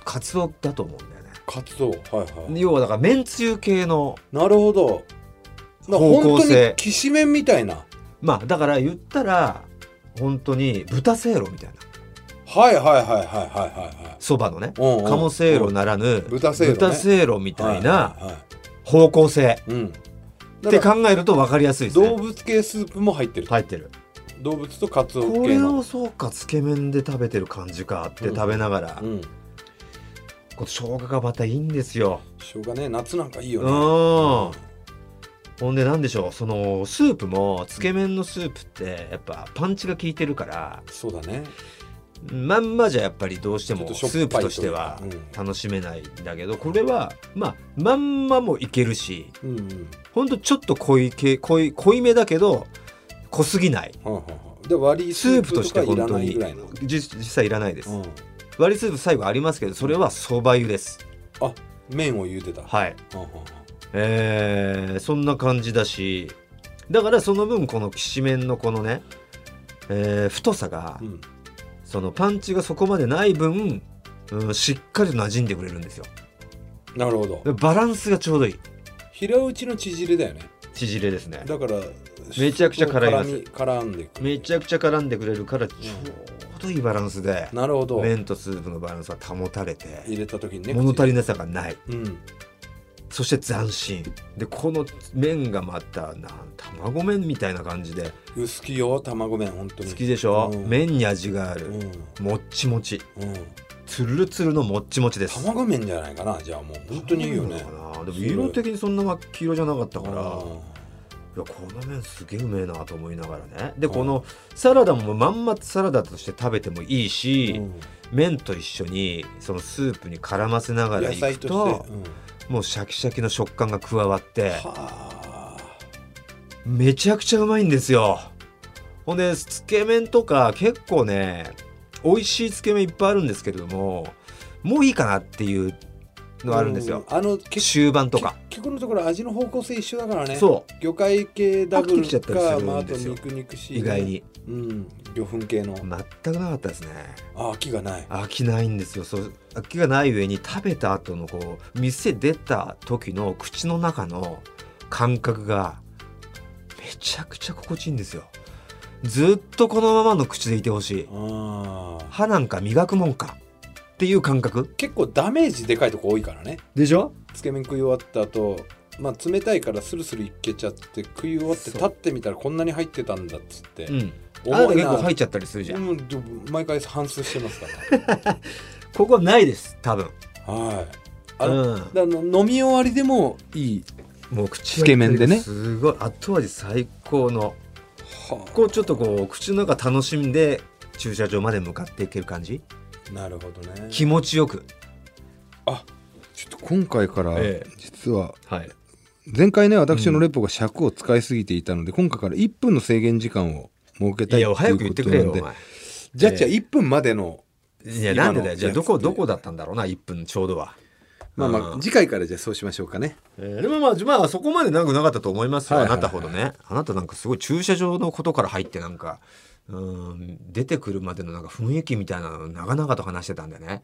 Speaker 1: カツオだと思うんだよね
Speaker 2: カツオはいはい
Speaker 1: 要はだから麺つゆ系の
Speaker 2: なるほどだから
Speaker 1: 方向
Speaker 2: 本当
Speaker 1: 性
Speaker 2: にきしめんみたいな
Speaker 1: まあだから言ったら本当に豚せいろみたいな
Speaker 2: はいはいはいはいはいはい
Speaker 1: そばのね
Speaker 2: うんうん
Speaker 1: 鴨せいろならぬ
Speaker 2: 豚せいろね
Speaker 1: せいろみたいな
Speaker 2: はいはいは
Speaker 1: 方向性
Speaker 2: いうん
Speaker 1: っ
Speaker 2: だ
Speaker 1: て
Speaker 2: から
Speaker 1: 考えると分かりやすいです
Speaker 2: 動
Speaker 1: ね
Speaker 2: 物系スープも入ってる
Speaker 1: 入ってる
Speaker 2: 動物とカツオ
Speaker 1: こ
Speaker 2: 系
Speaker 1: れ
Speaker 2: の
Speaker 1: をそうかつけ麺で食べてる感じかって食べながら、
Speaker 2: うん
Speaker 1: この生姜がまたいいんですよ
Speaker 2: 生姜ね夏なんかいいうよ
Speaker 1: ん
Speaker 2: ね
Speaker 1: ほんでなんでしょうそのスープもつけ麺のスープってやっぱパンチが効いてるから
Speaker 2: そうだね
Speaker 1: まんまじゃやっぱりどうして
Speaker 2: ちょ
Speaker 1: も
Speaker 2: っと
Speaker 1: ス
Speaker 2: しょっ
Speaker 1: ー
Speaker 2: ぱ
Speaker 1: プ
Speaker 2: いというか
Speaker 1: としては
Speaker 2: うん
Speaker 1: 楽しめないんだけどこれはまあまんまもいけるし
Speaker 2: うんうん
Speaker 1: ほんとちょっと濃い系濃い濃いめだけど濃すぎない
Speaker 2: はあはあはあで割り
Speaker 1: ス
Speaker 2: ス
Speaker 1: ー
Speaker 2: ー
Speaker 1: プ
Speaker 2: プ
Speaker 1: と
Speaker 2: と
Speaker 1: し
Speaker 2: してて
Speaker 1: 本
Speaker 2: 本
Speaker 1: 当
Speaker 2: 当
Speaker 1: に
Speaker 2: にいらないぐらいの
Speaker 1: 実実際いらないです、
Speaker 2: うん
Speaker 1: 割りスープ最後ありますけどそれはそば湯です
Speaker 2: あ麺を茹でたは
Speaker 1: はい
Speaker 2: あはあはあ
Speaker 1: えーそんな感じだしだからその分このきしめんのこのね、えー太さが、
Speaker 2: うん
Speaker 1: そのパンチがそこまでない分、うん、しっかりと馴染んでくれるんですよ
Speaker 2: なるほど
Speaker 1: でバランスがちょうどいい
Speaker 2: 平打ちの縮れだよね
Speaker 1: 縮れですね
Speaker 2: だから
Speaker 1: めちゃくちゃ絡みます
Speaker 2: み絡んでくる
Speaker 1: めちゃくちゃ絡んでくれるからちょうどいいバランスで
Speaker 2: なるほど
Speaker 1: 麺とスープのバランスは保たれて
Speaker 2: 入れた時にね
Speaker 1: 物足り
Speaker 2: な
Speaker 1: なさがない
Speaker 2: うん
Speaker 1: そして斬新でこの麺がまたなん卵麺みたいな感じで
Speaker 2: 薄きよ卵麺本当に
Speaker 1: 好きでしょ、
Speaker 2: うん
Speaker 1: 麺に味があ
Speaker 2: う
Speaker 1: る、
Speaker 2: ん
Speaker 1: もっちもち
Speaker 2: うん
Speaker 1: つるつるのもっちもちです
Speaker 2: 卵麺じゃないかなじゃあもう本当にいいよね
Speaker 1: そうなのかなでも色的にそんな真っ黄色じゃなかったからい
Speaker 2: うん
Speaker 1: やこの麺すげえうめえなと思いながらねでこのサラダもまんまサラダとして食べてもいいし、
Speaker 2: うん
Speaker 1: 麺と一緒にそのスープに絡ませながら
Speaker 2: 野
Speaker 1: いく
Speaker 2: 菜
Speaker 1: と
Speaker 2: としてうん
Speaker 1: もうシャキシャキの食感が加わって
Speaker 2: はあ
Speaker 1: めちゃくちゃうまいんですよほんでつけ麺とか結構ね美味しいつけ麺いっぱいあるんですけれどももういいかなっていうのはあるんですよ
Speaker 2: あの結
Speaker 1: 終盤とか
Speaker 2: 結局のところ味の方向性一緒だからね
Speaker 1: そう
Speaker 2: 魚介系ダブ
Speaker 1: 飽きてきちゃ
Speaker 2: ル
Speaker 1: ったりす
Speaker 2: か
Speaker 1: るん
Speaker 2: まああと
Speaker 1: ですよ
Speaker 2: 肉肉しいね
Speaker 1: 意外に
Speaker 2: うん魚粉系の
Speaker 1: 全くなかったですね
Speaker 2: あ飽きがない
Speaker 1: 飽きないんですよそう飽きがない上に食べた後のこう店出た時の口の中の感覚がめちゃくちゃ心地いいんですよずっとこのままの口でいてほしい
Speaker 2: あー
Speaker 1: 歯なんか磨くもんかっていう感覚
Speaker 2: 結構ダメージでかいとこ多いからね
Speaker 1: でしょ
Speaker 2: つけ麺食い終わった後まあ冷たいからスルスルいけちゃって食い終わって
Speaker 1: そう
Speaker 2: 立ってみたらこんなに入ってたんだっつって
Speaker 1: うんあな
Speaker 2: 思
Speaker 1: た
Speaker 2: う
Speaker 1: 結
Speaker 2: な
Speaker 1: 構入っちゃったりするじゃん
Speaker 2: うんでも毎回反芻してますから
Speaker 1: ここはないです多分
Speaker 2: はいあの
Speaker 1: うん
Speaker 2: だからあの飲み終わりでもいい
Speaker 1: もう口
Speaker 2: つけ麺でね
Speaker 1: すごい後味最高の
Speaker 2: は
Speaker 1: こうちょっとこう口の中楽しんで駐車場まで向かっていける感じ
Speaker 2: なるほどね
Speaker 1: 気持ちよく
Speaker 2: あちょっと今回から
Speaker 1: ええ
Speaker 2: 実は
Speaker 1: はい
Speaker 2: 前回ね私のレポが尺を使いすぎていたので、今回から1分の制限時間を設けた
Speaker 1: い
Speaker 2: い
Speaker 1: や
Speaker 2: って
Speaker 1: 早
Speaker 2: いう
Speaker 1: く言っ
Speaker 2: こ
Speaker 1: て
Speaker 2: と
Speaker 1: くれ
Speaker 2: なん
Speaker 1: よお
Speaker 2: で
Speaker 1: 前
Speaker 2: じゃあじゃあ
Speaker 1: え
Speaker 2: 1分までの、
Speaker 1: いや
Speaker 2: 今
Speaker 1: な
Speaker 2: の
Speaker 1: んでだよじゃあ
Speaker 2: やつ
Speaker 1: どこどこだったんだろうな1分ちょうどは、
Speaker 2: まあま
Speaker 1: う
Speaker 2: あ
Speaker 1: ん
Speaker 2: 次回からじゃあそうしましょうかね
Speaker 1: えーでもまあじまあそこまで長くなかったと思いますよ、
Speaker 2: はいはい
Speaker 1: あなたほどねあなたなんかすごい駐車場のことから入ってなんかうん出てくるまでのなんか雰囲気みたいなのを長々と話してたんでね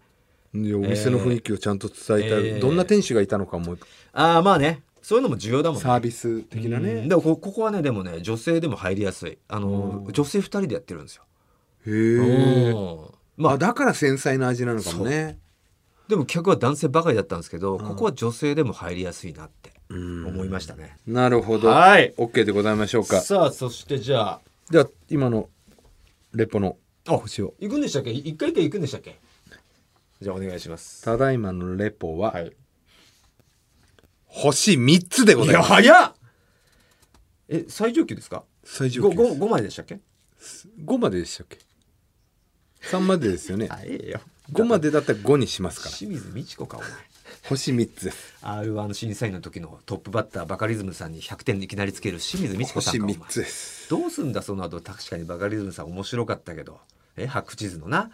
Speaker 2: でお店の雰囲気をちゃんと伝えたい、
Speaker 1: ええ
Speaker 2: どんな店主がいたのかも
Speaker 1: ああまあねそういうのも重要だもんね
Speaker 2: サービス的な
Speaker 1: うん
Speaker 2: ね
Speaker 1: でもこここはねでもね女性でも入りやすいあの女性2人でやってるんですよ
Speaker 2: へえ
Speaker 1: うんま
Speaker 2: ま
Speaker 1: あ
Speaker 2: あだから繊細な味なのかもね
Speaker 1: でも客は男性ばかりだったんですけど、ここは女性でも入りやすいなって思いましたね。
Speaker 2: なるほど
Speaker 1: はい
Speaker 2: OK でございましょうか
Speaker 1: さあそしてじゃあ
Speaker 2: では今のレポの
Speaker 1: あ
Speaker 2: 星を
Speaker 1: 行くんでしたっけい一回一回行くんでしたっけじゃあお願いします。
Speaker 2: ただいまのレポは、
Speaker 1: はい、
Speaker 2: 星3つでご
Speaker 1: い
Speaker 2: ざい
Speaker 1: や
Speaker 2: ます
Speaker 1: 早っえ最上級ですか
Speaker 2: 最上級
Speaker 1: 5,
Speaker 2: です
Speaker 1: 5枚でしたっけ
Speaker 2: 5まででしたっけ3までですよね
Speaker 1: ええよ
Speaker 2: 5までだったら5にしますから
Speaker 1: 清水美智子かお前。
Speaker 2: 星3つです
Speaker 1: R1 審査員の時のトップバッターバカリズムさんに100点いきなりつける清水美智子さん
Speaker 2: 星
Speaker 1: かお前
Speaker 2: 3つです
Speaker 1: どうすんだその後確かにバカリズムさん面白かったけどえ白地図のな、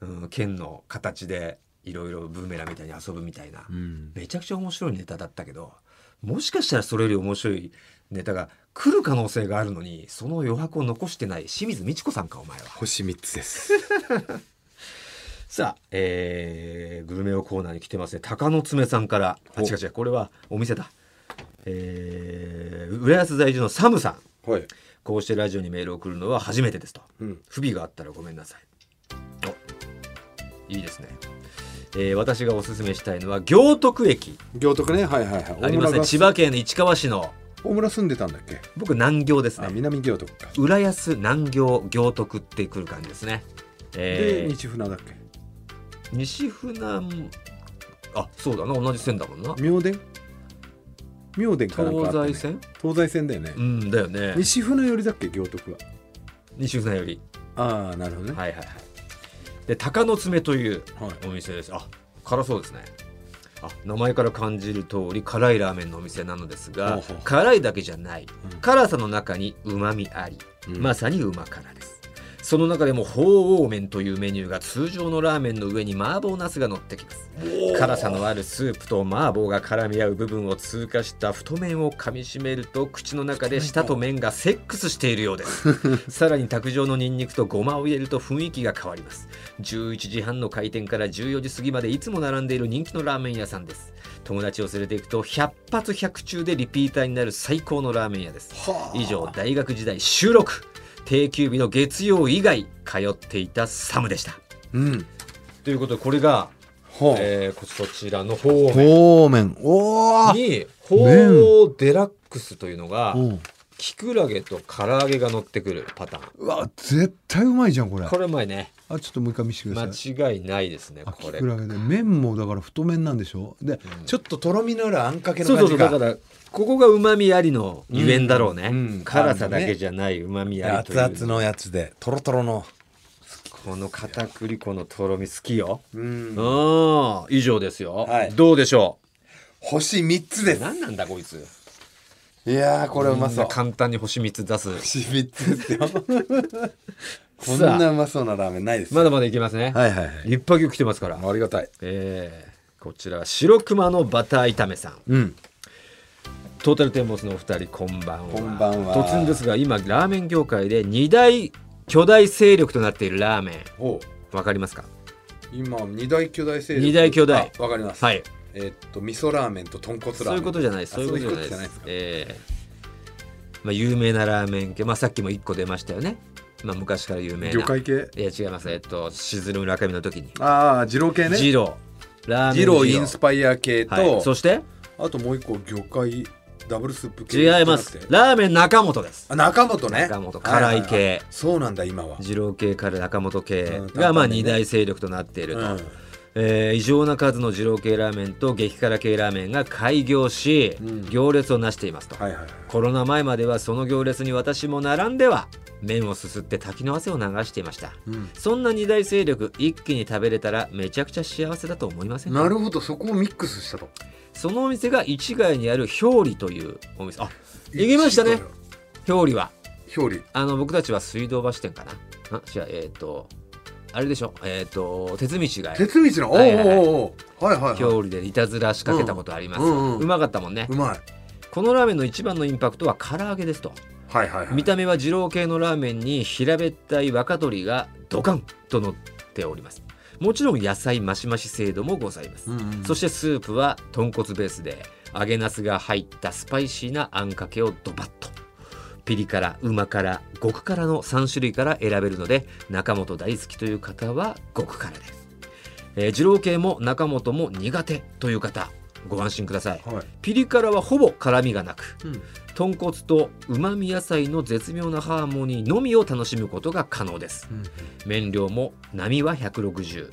Speaker 1: うん、剣の形でいろいろブーメランみたいに遊ぶみたいな、
Speaker 2: ん
Speaker 1: めちゃくちゃ面白いネタだったけどもしかしたらそれより面白いネタが来る可能性があるのにその余白を残してない清水美智子さんかお前は。
Speaker 2: 星3つです
Speaker 1: さあ、えーグルメ王コーナーに来てますね鷹の爪さんからあ
Speaker 2: お
Speaker 1: 違う違うこれはお店だ、えー浦安在住のサムさん
Speaker 2: はい
Speaker 1: こうしてラジオにメールを送るのは初めてですと、
Speaker 2: うん
Speaker 1: 不備があったらごめんなさいおいいですね、えー私がおすすめしたいのは行徳駅
Speaker 2: 行徳ねはいはいはい
Speaker 1: ありますね
Speaker 2: が
Speaker 1: 千葉県の市川市の
Speaker 2: 大村住んでたんだっけ
Speaker 1: 僕南行です
Speaker 2: あ
Speaker 1: ね
Speaker 2: 南行徳か
Speaker 1: 浦安南行行徳ってくる感じですね、え
Speaker 2: で
Speaker 1: ー
Speaker 2: 西船だっけ
Speaker 1: 西船もあそうだな同じ線だもんな
Speaker 2: 妙殿妙殿かなんかあ
Speaker 1: 東
Speaker 2: ったね
Speaker 1: 西線
Speaker 2: 東西線だよね
Speaker 1: うんだよね
Speaker 2: 西船寄りだっけ行徳は
Speaker 1: 西船より
Speaker 2: ああなるほどね
Speaker 1: はいはいはいで鷹の爪という
Speaker 2: はい
Speaker 1: お店です、あ辛そうですねあ名前から感じる通り辛いラーメンのお店なのですが、
Speaker 2: ほうほう
Speaker 1: 辛いだけじゃない、
Speaker 2: うん
Speaker 1: 辛さの中にうまみあり、
Speaker 2: うん
Speaker 1: まさにうま辛ですその中でも鳳凰麺というメニューが通常のラーメンの上に麻婆茄子が乗ってきます辛さのあるスープと麻婆が絡み合う部分を通過した太麺を噛みしめると口の中で舌と麺がセックスしているようです さらに卓上のニンニクとごまを入れると雰囲気が変わります11時半の開店から14時過ぎまでいつも並んでいる人気のラーメン屋さんです友達を連れて行くと100発100中でリピーターになる最高のラーメン屋です以上大学時代収録定休日の月曜以外通っていたサムでした
Speaker 2: うん
Speaker 1: ということでこれが、
Speaker 2: ほう、
Speaker 1: えーこそちらの方面
Speaker 2: 方面おお
Speaker 1: に鳳凰デラックスというのが
Speaker 2: うん
Speaker 1: きくらげと唐揚げが乗ってくるパターン
Speaker 2: うわ絶対うまいじゃんこれ
Speaker 1: これうまいね
Speaker 5: あちょっともう一回見せてくだ
Speaker 1: 間
Speaker 5: さい。
Speaker 1: 違いないですね
Speaker 5: あ
Speaker 1: こ
Speaker 5: き
Speaker 1: れ
Speaker 5: くらげで麺もだから太麺なんでしょで、
Speaker 2: ちょっととろみのあるあんかけ
Speaker 1: そ
Speaker 2: の
Speaker 1: うそう
Speaker 2: 感
Speaker 1: そ
Speaker 2: じ
Speaker 1: うだか
Speaker 2: が
Speaker 1: らここがうまみありのゆえんだろうね、
Speaker 2: うんうん
Speaker 1: 辛さだけじゃないうまみありと
Speaker 2: 熱
Speaker 1: いう
Speaker 2: 々のやつでとろとろの
Speaker 1: この片栗粉のとろみ好きよ
Speaker 2: う
Speaker 1: うんん以上ですよ、
Speaker 2: はい
Speaker 1: どうでしょ
Speaker 2: 星3つ
Speaker 1: う
Speaker 2: です
Speaker 1: 何なんだこいつ
Speaker 2: いやーこれうまそう
Speaker 1: 簡単に星3つ出す
Speaker 2: しみつです よこん
Speaker 1: さ
Speaker 2: な
Speaker 1: あ
Speaker 2: うまそうなラーメンないです
Speaker 1: まだまだいけますね、
Speaker 2: はいはいはい
Speaker 1: 立派牛来てますから、
Speaker 2: ありがたい
Speaker 1: えーこちら白熊のバター炒めさん
Speaker 2: うん
Speaker 1: トータルテンボスのお二人こんばんは
Speaker 2: こんばんは
Speaker 1: 突然ですが今ラーメン業界で2大巨大勢力となっているラーメン
Speaker 2: おう
Speaker 1: わかりますか
Speaker 2: 今二大巨大勢力
Speaker 1: 二大巨大
Speaker 2: あわかります
Speaker 1: はい
Speaker 2: えーっと味噌ラーメンと豚骨ラーメン
Speaker 1: そういうことじゃないです
Speaker 2: あ
Speaker 1: そういうことじゃないです
Speaker 2: そういうことじゃないで
Speaker 1: えーまあ、有名なラーメン系、まあ、さっきも1個出ましたよね、まあ、昔から有名な
Speaker 2: 魚介系
Speaker 1: いや違いますえっとしずる村上の時に
Speaker 2: ああ二郎系ね
Speaker 1: 二郎ラーメン
Speaker 2: 二郎インスパイア系と、
Speaker 1: はい、そして
Speaker 2: あともう一個魚介ダブルスープ系
Speaker 1: 違います
Speaker 2: じゃなくて
Speaker 1: ラーメン中本です
Speaker 2: あ中本ね
Speaker 1: 中本辛い系
Speaker 2: はははそうなんだ今は
Speaker 1: 二郎系から中本系
Speaker 2: うん
Speaker 1: がまあ
Speaker 2: 担々麺ね
Speaker 1: 2大勢力となっていると、
Speaker 2: うん
Speaker 1: えー異常な数の二郎系ラーメンと激辛系ラーメンが開業し、
Speaker 2: うん
Speaker 1: 行列をなしていますと、
Speaker 2: はいはいはい
Speaker 1: コロナ前まではその行列に私も並んでは麺をすすって滝の汗を流していました、
Speaker 2: うん
Speaker 1: そんな二大勢力一気に食べれたらめちゃくちゃ幸せだと思いませんか
Speaker 2: なるほどそこをミックスしたと
Speaker 1: そのお店が市ヶ谷にある表裏というお店あ行きましたね表裏は
Speaker 2: 表裏
Speaker 1: あの僕たちは水道橋店かなあ違うえっ、とあれでしょえっ、と鉄道が
Speaker 2: 鉄道のおう
Speaker 1: はいはいはい
Speaker 2: おうおうはいはい
Speaker 1: 表
Speaker 2: はい
Speaker 1: 裏でいたずら仕掛けたことあります、う
Speaker 2: うんうんうん
Speaker 1: まかったもんね
Speaker 2: うまい
Speaker 1: このラーメンの一番のインパクトは唐揚げですと
Speaker 2: はいはいはい
Speaker 1: 見た目は二郎系のラーメンに平べったい若鶏がドカンと乗っておりますもちろん野菜増し増し制度もございます、
Speaker 2: うんうん
Speaker 1: そしてスープは豚骨ベースで揚げナスが入ったスパイシーなあんかけをドバッとピリ辛旨辛極辛の3種類から選べるので中本大好きという方は極辛です、えー二郎系も中本も苦手という方ご安心ください
Speaker 2: はい
Speaker 1: ピリ辛はほぼ辛みがなく、
Speaker 2: うん
Speaker 1: 豚骨とうまみ野菜の絶妙なハーモニーのみを楽しむことが可能です、
Speaker 2: うん
Speaker 1: 麺量も波は160、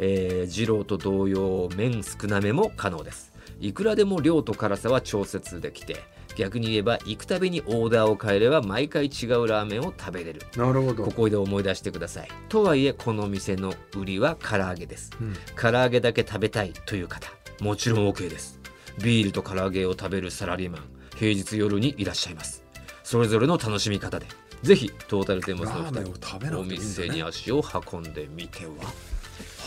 Speaker 1: えー、二郎と同様麺少なめも可能ですいくらでも量と辛さは調節できて逆に言えば行くたびにオーダーを変えれば毎回違うラーメンを食べれる
Speaker 2: なるほど
Speaker 1: ここで思い出してくださいとはいえこの店の売りは唐揚げです、
Speaker 2: うん
Speaker 1: 唐揚げだけ食べたいという方もちろん OK ですビールと唐揚げを食べるサラリーマン平日夜にいらっしゃいますそれぞれの楽しみ方でぜひトータルテンボスの
Speaker 2: ラーメンを
Speaker 1: 2
Speaker 2: 食べな
Speaker 1: 人お
Speaker 2: くていいんだね
Speaker 1: 店に足を運んでみて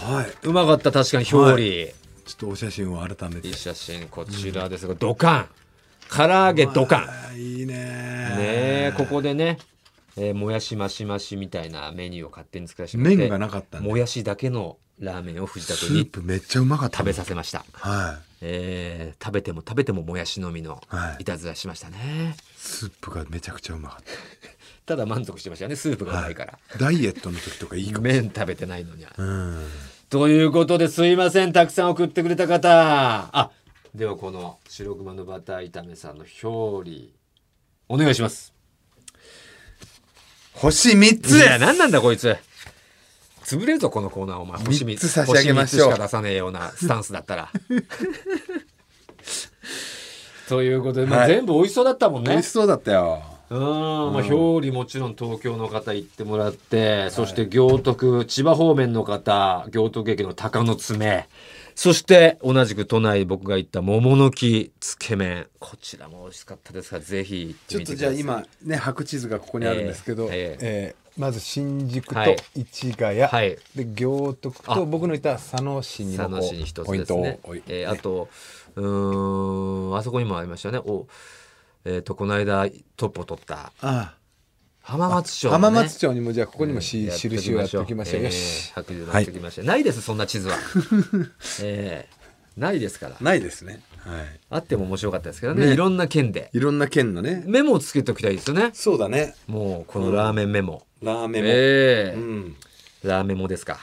Speaker 1: は
Speaker 2: はいう
Speaker 1: まかった確かに表裏、、
Speaker 2: はいちょっとお写真を改めて
Speaker 1: い写真こちらですが、ドカン唐揚げドカン
Speaker 2: あーいいね
Speaker 1: ねえここでね、えーもやしマシマシみたいなメニューを勝手に作らせてもらって
Speaker 2: 麺がなかったんで
Speaker 1: もやしだけのラーメンを藤田
Speaker 2: ス
Speaker 1: 君に
Speaker 2: ープめっちゃうまかった
Speaker 1: 食べさせました、
Speaker 2: は
Speaker 1: えー食べても食べてももやしのみの
Speaker 2: はい
Speaker 1: いたずらしましたね、
Speaker 2: いスープがめちゃくちゃうまかった
Speaker 1: だ満足してましたよねスープがうまいから、
Speaker 2: たダイエットの時とかいいかもしれない
Speaker 1: 麺食べてないのには、
Speaker 2: うん
Speaker 1: ということですいませんたくさん送ってくれた方あではこの白熊のバター炒めさんの表裏お願いします
Speaker 2: 星3つ
Speaker 1: いや
Speaker 2: です
Speaker 1: 何なんだこいつ潰れるぞこのコーナーお前星3
Speaker 2: 三つ差し上げましょ
Speaker 1: 星三
Speaker 2: う
Speaker 1: つしか出さねえようなスタンスだった らということで、まあ
Speaker 2: はい
Speaker 1: 全部美味しそうだったもん
Speaker 2: 美
Speaker 1: ね
Speaker 2: 味しそうだったよ
Speaker 1: うん、まあ、表裏もちろん東京の方行ってもらって、そして行徳千葉方面の方行徳駅の鷹の爪そして同じく都内僕が行った桃の木つけ麺こちらも美味しかったですがぜひ行って
Speaker 2: ちょ
Speaker 1: み
Speaker 2: ってと
Speaker 1: く
Speaker 2: じ
Speaker 1: だ
Speaker 2: ゃ
Speaker 1: さ
Speaker 2: あ
Speaker 1: い
Speaker 2: 今ね白地図がここにあるんですけど、
Speaker 1: ええ
Speaker 5: えーまず新宿と
Speaker 1: はい
Speaker 5: 市ヶ谷、
Speaker 1: はい
Speaker 5: で行徳
Speaker 1: あ
Speaker 5: と僕のいた佐野市にも
Speaker 1: 佐野
Speaker 5: こ
Speaker 1: 市に一
Speaker 5: う
Speaker 1: つ
Speaker 5: ポイン
Speaker 1: です
Speaker 5: トを
Speaker 1: ね。
Speaker 5: 置いて、
Speaker 1: えーあとうーんあそこにもありましたよね。おえっ、とこの間トップを取った
Speaker 5: あ
Speaker 1: 浜松町、
Speaker 5: あ
Speaker 1: ね、
Speaker 5: 浜松町にもじゃあここにもし、
Speaker 1: やっときましょ
Speaker 5: 印
Speaker 1: う
Speaker 5: をやっておきましょう、
Speaker 1: え
Speaker 5: よ
Speaker 1: ー
Speaker 5: し
Speaker 1: 白状やっておきましょうないですそんな地図は。 えーないですから。
Speaker 2: ないですねはい
Speaker 1: あっても面白かったですけどね。
Speaker 2: ね
Speaker 1: いろんな県で
Speaker 2: いろんな県のね
Speaker 1: メモをつけておきたいですよね。
Speaker 2: そうだね
Speaker 1: もうこのラーメンメモ。
Speaker 2: ラーメンも、
Speaker 1: ええ
Speaker 2: うん、
Speaker 1: ラーメンもですか。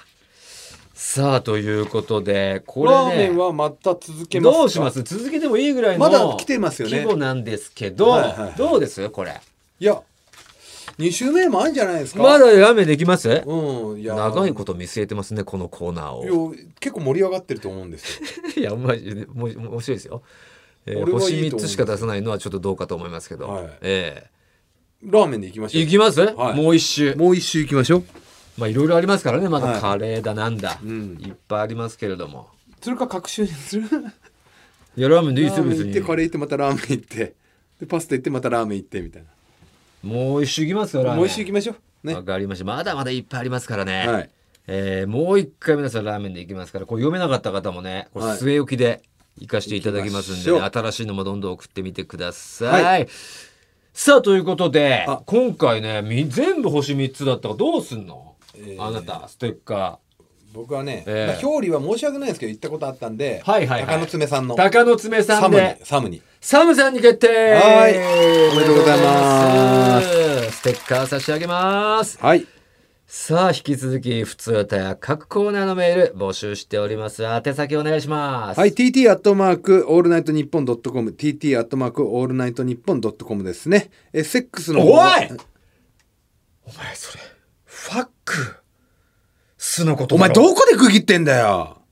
Speaker 1: さあということでこれね。
Speaker 2: ラーメンはまた続けますか
Speaker 1: どうします続けてもいいぐらいの
Speaker 2: まだ来てますよね
Speaker 1: 規模なんですけど、
Speaker 2: はいはいはい
Speaker 1: どうですこれ
Speaker 2: いや2週目もあるんじゃないですか
Speaker 1: まだラーメンできます
Speaker 2: うんいや
Speaker 1: 長い
Speaker 2: こ
Speaker 1: こと見据えてますねこのコーナーを
Speaker 2: 結構盛り上がってると思うんです よ
Speaker 1: いやまじでもう面白いですよ、えー
Speaker 2: 俺はいいと思うんです
Speaker 1: 星3つしか出さないのはちょっとどうかと思いますけど、
Speaker 2: はい
Speaker 1: え
Speaker 2: ラーメンでいきまし
Speaker 1: え
Speaker 2: ょう
Speaker 1: いきます、
Speaker 2: はい
Speaker 1: もう一周
Speaker 2: もう一周いきましょう
Speaker 1: まあいろいろありますからねま
Speaker 2: は
Speaker 1: だ
Speaker 2: い
Speaker 1: カレーだなんだ、
Speaker 2: ん
Speaker 1: いっぱいありますけれども
Speaker 2: それか各週にする
Speaker 1: いやラーメンでいいで
Speaker 2: ラ
Speaker 1: すよ
Speaker 2: ーメン
Speaker 1: 別
Speaker 2: 行って
Speaker 1: に
Speaker 2: カレー行ってまたラーメン行ってででパスタ行ってまたラーメン行ってみたい
Speaker 1: もう一周行きますから
Speaker 2: なもう一周行きましょうね
Speaker 1: わかりました。まだまだいっぱいありますからね。
Speaker 2: はい
Speaker 1: えーもう一回皆さんラーメンで行きますから、これ読めなかった方もね、これ
Speaker 2: はい
Speaker 1: 据え置きで行かせていただきますんで、
Speaker 2: 行
Speaker 1: ね
Speaker 2: きま
Speaker 1: 新しいのもどんどん送ってみてください。さあ、ということで
Speaker 2: あ、
Speaker 1: 今回ね、み全部星3つだったからどうすんの、あなた、ステッカ
Speaker 2: 僕はね、
Speaker 1: ええ
Speaker 2: まあ表裏は申し訳ないですけど行ったことあったんで、
Speaker 1: はいはいはい
Speaker 2: 鷹の爪さんの
Speaker 1: ー。鷹の爪さ
Speaker 2: サ
Speaker 1: ん
Speaker 2: ムに
Speaker 1: で、
Speaker 2: サムに
Speaker 1: サムさんに決定
Speaker 2: はいおめでとうございます
Speaker 1: す。ステッカー差し上げます。
Speaker 2: はい
Speaker 1: さあ引き続き普通歌や各コーナーのメール募集しております宛先お願いします
Speaker 2: はい、TT アットマークオールナイトニッポンドットコム、TT アットマークオールナイトニッポンドットコムですね。え、セックスの方
Speaker 1: お
Speaker 2: はい
Speaker 1: お前それファックすのこと
Speaker 2: お前どこで区切ってんだよ。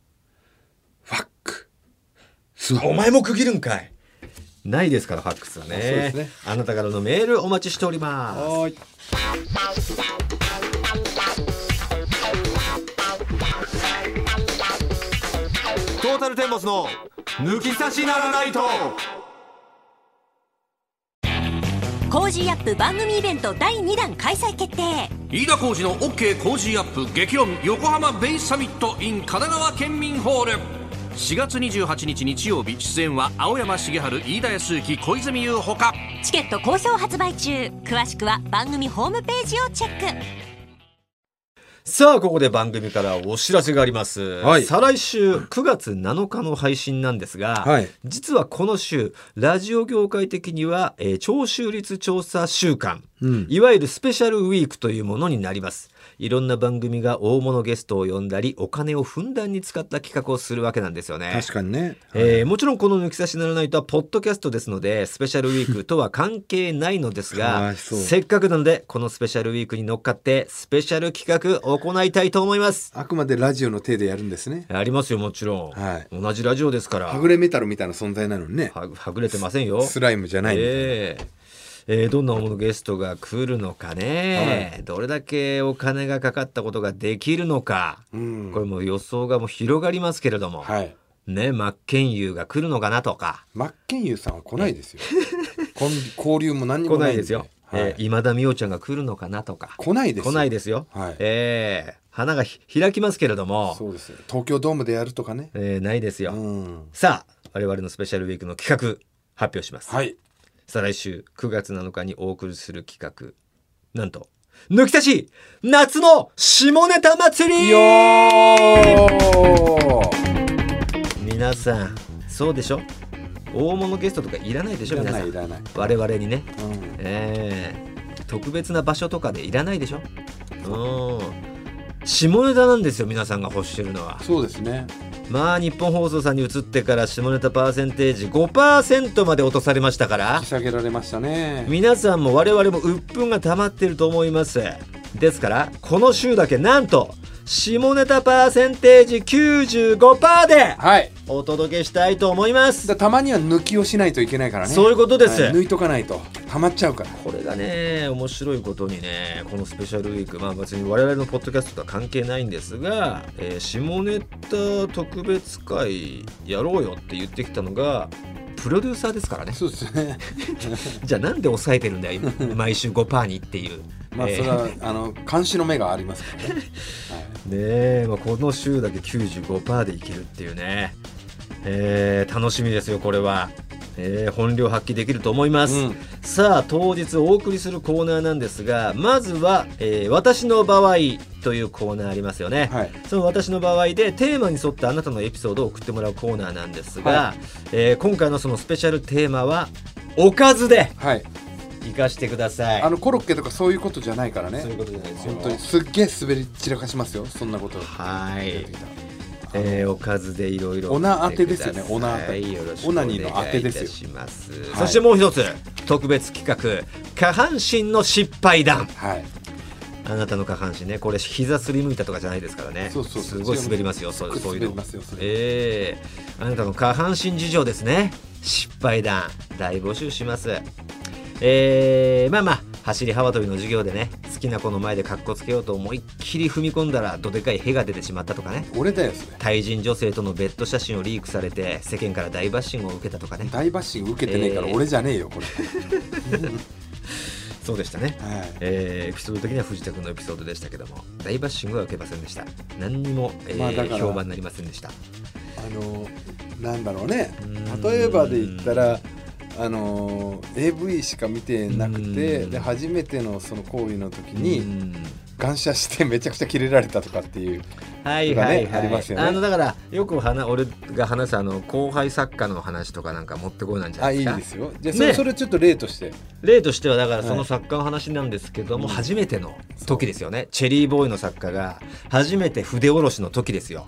Speaker 2: ファック。すまん
Speaker 1: お前も区切るんかいないですからファックスはね
Speaker 2: そうですね
Speaker 1: あなたからのメールお待ちしております
Speaker 2: はーい
Speaker 6: トータルテンボスの抜き差しならないと
Speaker 3: コージーアップ番組イベント第2弾開催決定
Speaker 4: 飯田浩司の OK 工事アップ激論横浜ベイサミット in 神奈川県民ホール4月28日日曜日出演は青山茂春飯田康之小泉優ほか
Speaker 3: チケット好評発売中詳しくは番組ホームページをチェック
Speaker 1: さあここで番組からお知らせがあります、
Speaker 2: はい
Speaker 1: 再来週9月7日の配信なんですが、
Speaker 2: はい
Speaker 1: 実はこの週ラジオ業界的には、えー聴取率調査週間、いわゆるスペシャルウィークというものになりますいろんな番組が大物ゲストを呼んだりお金をふんだんに使った企画をするわけなんですよね
Speaker 2: 確かにね。
Speaker 1: えーもちろんこの「抜き差しならないと」はポッドキャストですのでスペシャルウィークとは関係ないのです
Speaker 2: かわ
Speaker 1: が
Speaker 2: いそう
Speaker 1: せっかくなのでこのスペシャルウィークに乗っかってスペシャル企画を行いたいと思います。
Speaker 2: あくまでラジオの手でやるんですね。
Speaker 1: ありますよもちろん、
Speaker 2: はい
Speaker 1: 同じラジオですから
Speaker 2: はぐれメタルみたいな存在なのにね。
Speaker 1: はぐはぐれてませんよ。
Speaker 2: スライムじゃないんだ
Speaker 1: えええーどんな大物ゲストが来るのかね、どれだけお金がかかったことができるのか、これも予想がもう広がりますけれども、
Speaker 2: はい。
Speaker 1: ね真剣佑が来るのかなとか。
Speaker 2: マッケンユーさんは来ないですよ。こん 交流も何に
Speaker 1: 来
Speaker 2: も
Speaker 1: な
Speaker 2: ないい
Speaker 1: ですよ。
Speaker 2: はい
Speaker 1: えー今田美桜ちゃんが来るのかなとか。
Speaker 2: 来ないです
Speaker 1: 来ないですよ。
Speaker 2: はい
Speaker 1: えー花がひ開きますけれども、
Speaker 2: そうですよ。東京ドームでやるとかね。
Speaker 1: えーないですよ。
Speaker 2: うん。
Speaker 1: さあ、我々のスペシャルウィークの企画、発表します。
Speaker 2: はい。
Speaker 1: さあ来週9月7日にお送りする企画、なんと、抜き足し夏の下ネタ祭り
Speaker 2: よー
Speaker 1: 皆さん、そうでしょ大物ゲストとかいらないでしょ
Speaker 2: いら
Speaker 1: 皆
Speaker 2: な
Speaker 1: さ
Speaker 2: いい
Speaker 1: ん。
Speaker 2: らない。
Speaker 1: 我々にね。
Speaker 2: うん
Speaker 1: ええ特別な場所とかでいらないでしょうん下ネタなんですよ皆さんが欲してるのは
Speaker 2: そうですね。
Speaker 1: まあ日本放送さんに移ってから下ネタパーセンテージ5%まで落とされましたから
Speaker 2: 引き下げられましたね。
Speaker 1: 皆さんも我々も鬱憤が溜まってると思いますですからこの週だけなんと下ネタパーセンテージ95%で
Speaker 2: はい。
Speaker 1: お届けしたいと思います
Speaker 2: だたまには抜きをしないといけないからね。
Speaker 1: そういうことです、
Speaker 2: はい抜いとかないとハマっちゃうから。
Speaker 1: これがね面白いことにねこのスペシャルウィークまあ別に我々のポッドキャストとは関係ないんですが、えー下ネタ特別会やろうよって言ってきたのがプロデューサーですからね
Speaker 2: そうですね。
Speaker 1: じゃあなんで抑えてるんだよ今毎週5%にっていう。
Speaker 2: まあそ
Speaker 1: え
Speaker 2: れ
Speaker 1: ー
Speaker 2: は、あの監視の目がありますからね。
Speaker 1: ねえ、まあ、この週だけ95%でいけるっていうね、えー楽しみですよこれは、えー本領発揮できると思います、
Speaker 2: うん
Speaker 1: さあ当日お送りするコーナーなんですがまずは、えー私の場合」というコーナーありますよね、
Speaker 2: はい
Speaker 1: その私の場合でテーマに沿ったあなたのエピソードを送ってもらうコーナーなんですが、
Speaker 2: は
Speaker 1: えー今回のそのスペシャルテーマは「おかずで
Speaker 2: はい。」
Speaker 1: 生かしてください
Speaker 2: あのコロッケとかそういうことじゃないからね。
Speaker 1: そういうことじゃないですよ
Speaker 2: 本当にすっげえ滑り散らかしますよ。そんなこと。
Speaker 1: はいえー、おかずでいろいろ
Speaker 2: オナ当てですよねオナ当て
Speaker 1: よろしくお
Speaker 2: オナ
Speaker 1: 願い
Speaker 2: ニ
Speaker 1: い
Speaker 2: ーの当て
Speaker 1: た
Speaker 2: ですよ
Speaker 1: します、
Speaker 2: い
Speaker 1: そしてもう一つ特別企画下半身の失敗談
Speaker 2: はい。
Speaker 1: あなたの下半身ねこれ膝すりむいたとかじゃないですからね
Speaker 2: そうそうそ
Speaker 1: す
Speaker 2: う
Speaker 1: ごい滑りますよそう
Speaker 2: すっごい
Speaker 1: そういうの
Speaker 2: 滑りますよそれ
Speaker 1: ええあなたの下半身事情ですね失敗談大募集しますえーまあまあ走り幅跳びの授業でね好きな子の前で格好つけようと思いっきり踏み込んだらどでかい屁が出てしまったとかね
Speaker 2: 俺だよそれ
Speaker 1: 対人女性とのベッド写真をリークされて世間から大バッシングを受けたとかね
Speaker 2: 大バッシング受けてねえから
Speaker 1: えー
Speaker 2: 俺じゃねえよこれ、
Speaker 1: そうでしたね
Speaker 2: はい
Speaker 1: えーエピソード的には藤田君のエピソードでしたけども大バッシングは受けませんでした何にも、えー
Speaker 2: まあだから
Speaker 1: 評判になりませんでした
Speaker 2: あのなんだろうね
Speaker 1: ん
Speaker 2: 例えばで言ったらあの AV しか見てなくて
Speaker 1: うん
Speaker 2: で初めてのその行為の時
Speaker 1: う
Speaker 2: に
Speaker 1: ん
Speaker 2: 感謝してめちゃくちゃキレられたとかっ ていう
Speaker 1: はいはい
Speaker 2: と
Speaker 1: はい、
Speaker 2: かねありますよね
Speaker 1: あのだからよく話俺が話すあの後輩作家の話とかなんか持ってこいなんじゃな
Speaker 2: あ
Speaker 1: いで
Speaker 2: いい
Speaker 1: すか
Speaker 2: ですよじゃあそれ,、
Speaker 1: ね
Speaker 2: それちょっと例として
Speaker 1: 例としてはだからそ
Speaker 2: は
Speaker 1: の
Speaker 2: い
Speaker 1: 作家の話なんですけども、初めての時ですよねチェリーボーイの作家が初めて筆下ろしの時ですよ、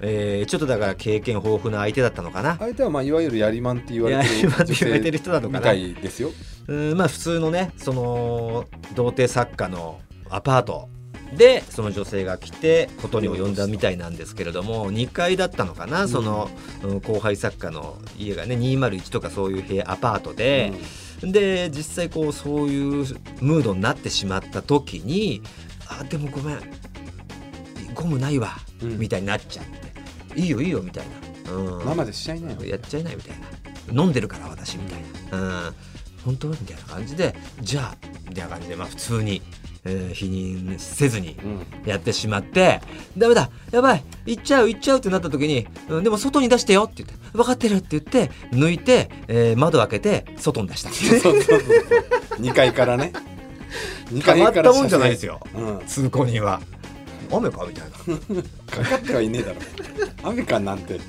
Speaker 1: えーちょっとだから経験豊富な相手だったのかな、
Speaker 2: 相手はまあいわゆるやりまんって言われて
Speaker 1: やり
Speaker 2: る
Speaker 1: まんって言われてる人なのかな
Speaker 2: みたいですよ
Speaker 1: うんまあ普通のねその童貞作家のアパートでその女性が来てことに及んだみたいなんですけれども2階だったのかな、そのうん後輩作家の家がね201とかそういう部屋アパートで、で実際こうそういうムードになってしまった時に「あでもごめんゴムないわ」
Speaker 2: うん
Speaker 1: みたいになっちゃって「いいよいいよ」みたいな。うん
Speaker 2: 生でしちゃいなよ
Speaker 1: やっちゃいないみたいな飲んでるから私みたいな、うん、本当みたいな感じでじゃあみたいな感じで、まあ、普通に、えー否認せずにやってしまって、ダメだやばい行っちゃう行っちゃうってなった時に、うん、でも外に出してよって言って分かってるって言って抜いて、えー窓開けて外に出した
Speaker 2: そうそうそう2階からね
Speaker 1: 変
Speaker 2: 2階
Speaker 1: わった
Speaker 2: から
Speaker 1: もんじゃないですよ
Speaker 2: 車線うん
Speaker 1: 通行人は雨かみたいな
Speaker 2: かかってはいねえだろ雨かなんて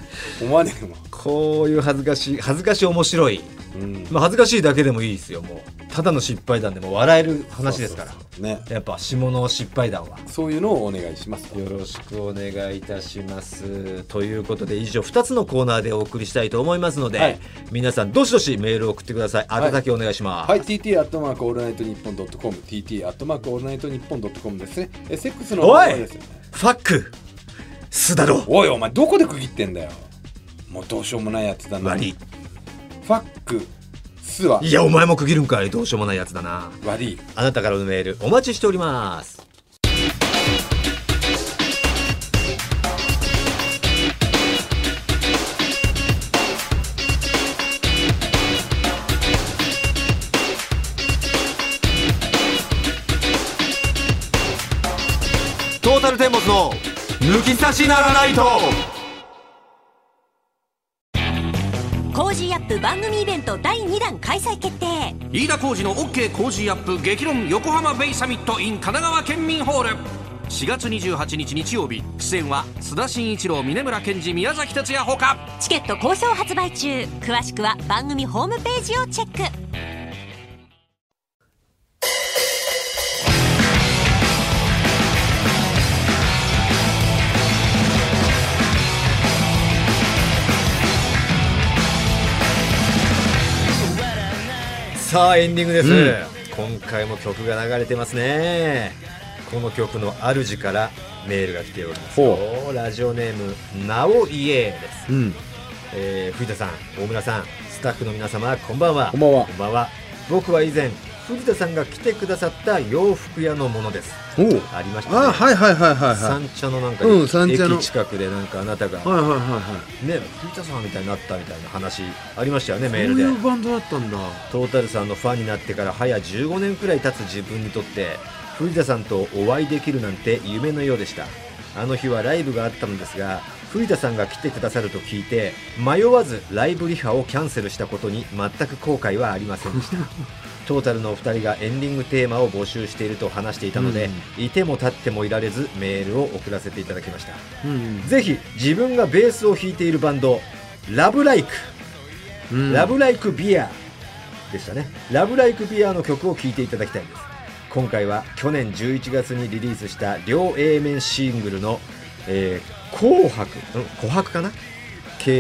Speaker 2: 思わねえもん
Speaker 1: こういう恥ずかしい恥ずかしい面白い、
Speaker 2: うん
Speaker 1: まあ、恥ずかしいだけでもいいですよもうただの失敗談でも笑える話ですから
Speaker 2: ね
Speaker 1: やっぱ下の失敗談は。
Speaker 2: そういうのをお願いしますと
Speaker 1: よろしくお願いいたします。ということで以上2つのコーナーでお送りしたいと思いますので、
Speaker 2: はい
Speaker 1: 皆さんどしどしメールを送ってください。
Speaker 2: い
Speaker 1: 宛先お願いします。
Speaker 2: はい、TT アットマークオールナイトニッポンドットコム TT アットマークオールナイトニッポンドットコムですねえセックスの
Speaker 1: おい
Speaker 2: 方です
Speaker 1: ファックすだろ
Speaker 2: おいお前どこで区切ってんだよもうどうしようもないやつだな
Speaker 1: 悪い。
Speaker 2: ファックスはい
Speaker 1: やお前も区切るんかいどうしようもないやつだな。
Speaker 2: 悪い
Speaker 1: あなたからのメールお待ちしております。
Speaker 6: トータルテンボスの抜き差しならないと
Speaker 3: コージーアップ番組イベント第2弾開催決定
Speaker 4: 飯田浩二の OK 工事アップ激論横浜ベイサミット in 神奈川県民ホール4月28日日曜日出演は須田慎一郎峯村健治宮崎哲也ほか
Speaker 3: チケット好評発売中詳しくは番組ホームページをチェック
Speaker 1: さあエンディングです、今回も曲が流れてますねこの曲の主からメールが来ておりますよラジオネームなおいえです、
Speaker 2: うん
Speaker 1: えー、藤田さん大村さんスタッフの皆様こんばんは
Speaker 2: こんばんは
Speaker 1: こんばんは僕は以前藤田さんが来てくださった洋服屋のものです
Speaker 2: おう
Speaker 1: ありましたね
Speaker 2: あはいはいはいはいはい
Speaker 1: 三茶のなんか、
Speaker 2: うん三茶の
Speaker 1: 駅近くでなんかあなたが、
Speaker 2: はいはいはいはい
Speaker 1: ね藤田さんみたいになったみたいな話ありましたよね
Speaker 2: こう
Speaker 1: メールで
Speaker 2: いうバンドだったんだ
Speaker 1: トータルさんのファンになってから早15年くらい経つ自分にとって藤田さんとお会いできるなんて夢のようでしたあの日はライブがあったのですが藤田さんが来てくださると聞いて迷わずライブリハをキャンセルしたことに全く後悔はありませんでしたトータルのお二人がエンディングテーマを募集していると話していたので、いても立ってもいられずメールを送らせていただきました
Speaker 2: うん
Speaker 1: ぜひ自分がベースを弾いているバンドラブライク
Speaker 2: うん
Speaker 1: ラブライクビアでしたね。ラブライクビアの曲を聴いていただきたいです。今回は去年11月にリリースした両 A 面シングルの、えー紅白、ん琥珀かな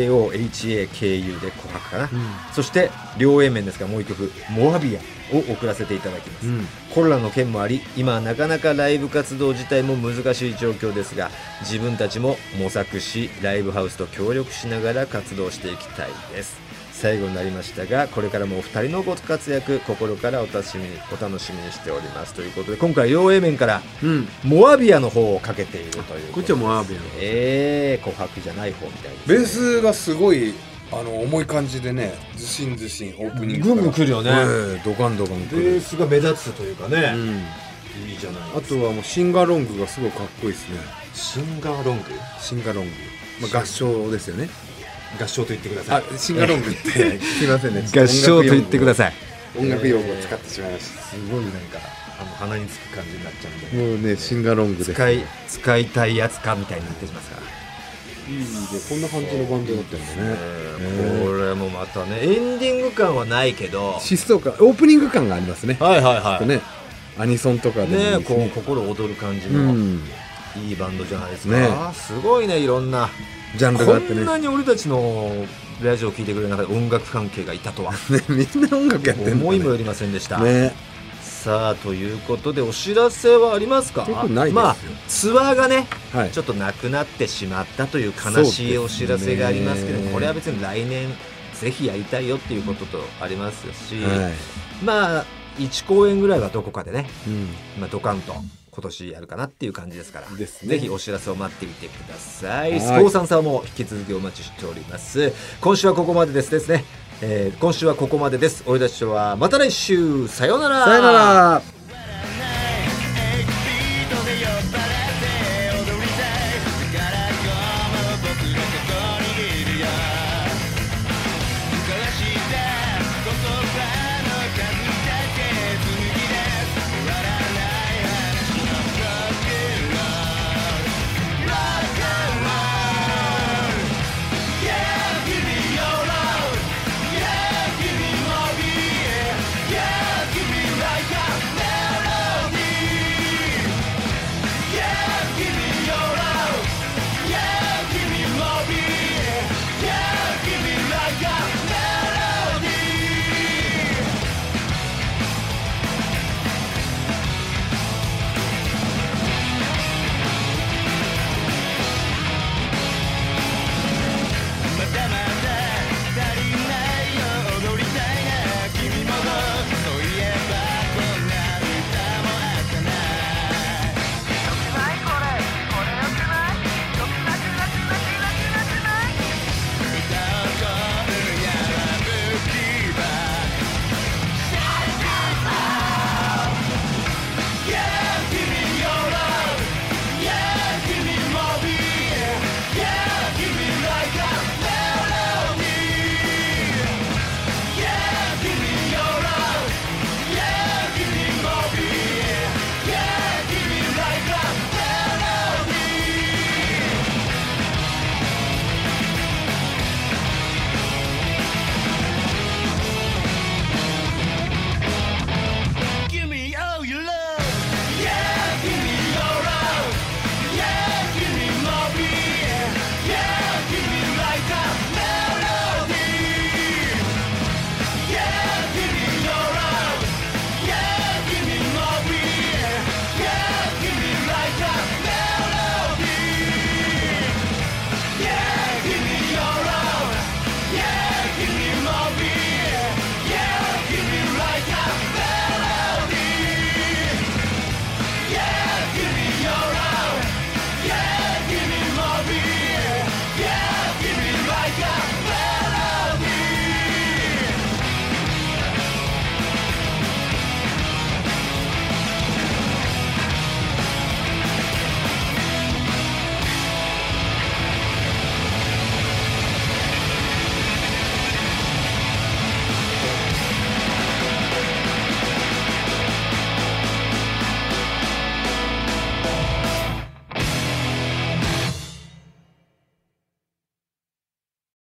Speaker 1: ?KOHAKU で琥珀かな、そして両 A 面ですがもう一曲、モアビアを送らせていただきます。
Speaker 2: うん
Speaker 1: コロナの件もあり今なかなかライブ活動自体も難しい状況ですが自分たちも模索しライブハウスと協力しながら活動していきたいです最後になりましたがこれからもお二人のご活躍心からお楽しみお楽しみにしておりますということで今回両 A 面から
Speaker 2: うん
Speaker 1: モアビアの方をかけているという
Speaker 2: こっち
Speaker 1: と
Speaker 2: はもうアービアの
Speaker 1: ええ琥珀じゃない方みたいですね
Speaker 2: ベースがすごいあの重い感じでねずしんずしんオープニング
Speaker 1: ぐんぐん来るよね
Speaker 2: ええドカンドカン来
Speaker 1: ベ
Speaker 2: る
Speaker 1: ースが目立つというか
Speaker 2: う
Speaker 1: ね、
Speaker 2: ん
Speaker 1: いいじゃない
Speaker 2: あとはもうシンガーロングがすごいかっこいいですね
Speaker 1: シンガーロング
Speaker 2: シンガーロング、まあ、合唱ですよね
Speaker 1: 合唱と言ってくださ
Speaker 2: あ
Speaker 1: い
Speaker 2: シンガーロングって すいませんね
Speaker 1: 合唱と言ってください
Speaker 2: い音楽用語を使ってしまいました、
Speaker 1: すごいなんかあの鼻につく感じになっちゃうんで
Speaker 2: もうねシンガーロングで
Speaker 1: 使い使いたいやつかみたいになってきますから
Speaker 2: いいねこんな感じのバンドだったんだね
Speaker 1: これもまたねエンディング感はないけど
Speaker 2: 疾走感オープニング感がありますね
Speaker 1: はいはいは
Speaker 2: ねアニソンとかでもいい
Speaker 1: ね
Speaker 2: です
Speaker 1: こう心躍る感じ
Speaker 2: う
Speaker 1: の
Speaker 2: ん
Speaker 1: いいバンドじゃないです
Speaker 2: ね
Speaker 1: かすごいねいろんな
Speaker 2: ジャンルが
Speaker 1: こ
Speaker 2: あってね
Speaker 1: んなに俺たちのラジオを聞いてくれる中で音楽関係がいた とは
Speaker 2: ね みんな音楽やってんの
Speaker 1: 思いもよりませんでした
Speaker 2: ね
Speaker 1: さあということでお知らせはありますか
Speaker 2: 特にないですよ
Speaker 1: まあツアーがね
Speaker 2: はい
Speaker 1: ちょっとなくなってしまったという悲しいお知らせがありますけど
Speaker 2: そうですね
Speaker 1: これは別に来年ぜひやりたいよっていうこととありますし、
Speaker 2: は
Speaker 1: まあ1公演ぐらいはどこかでね、
Speaker 2: いうん
Speaker 1: まあ、ドカンと今年やるかなっていう感じですから
Speaker 2: ですね
Speaker 1: ぜひお知らせを待ってみてくださ
Speaker 2: はいい
Speaker 1: スポーサンさんも引き続きお待ちしております今週はここまでですですね、えー今週はここまでです俺たちとはまた来週さよう
Speaker 2: さよなら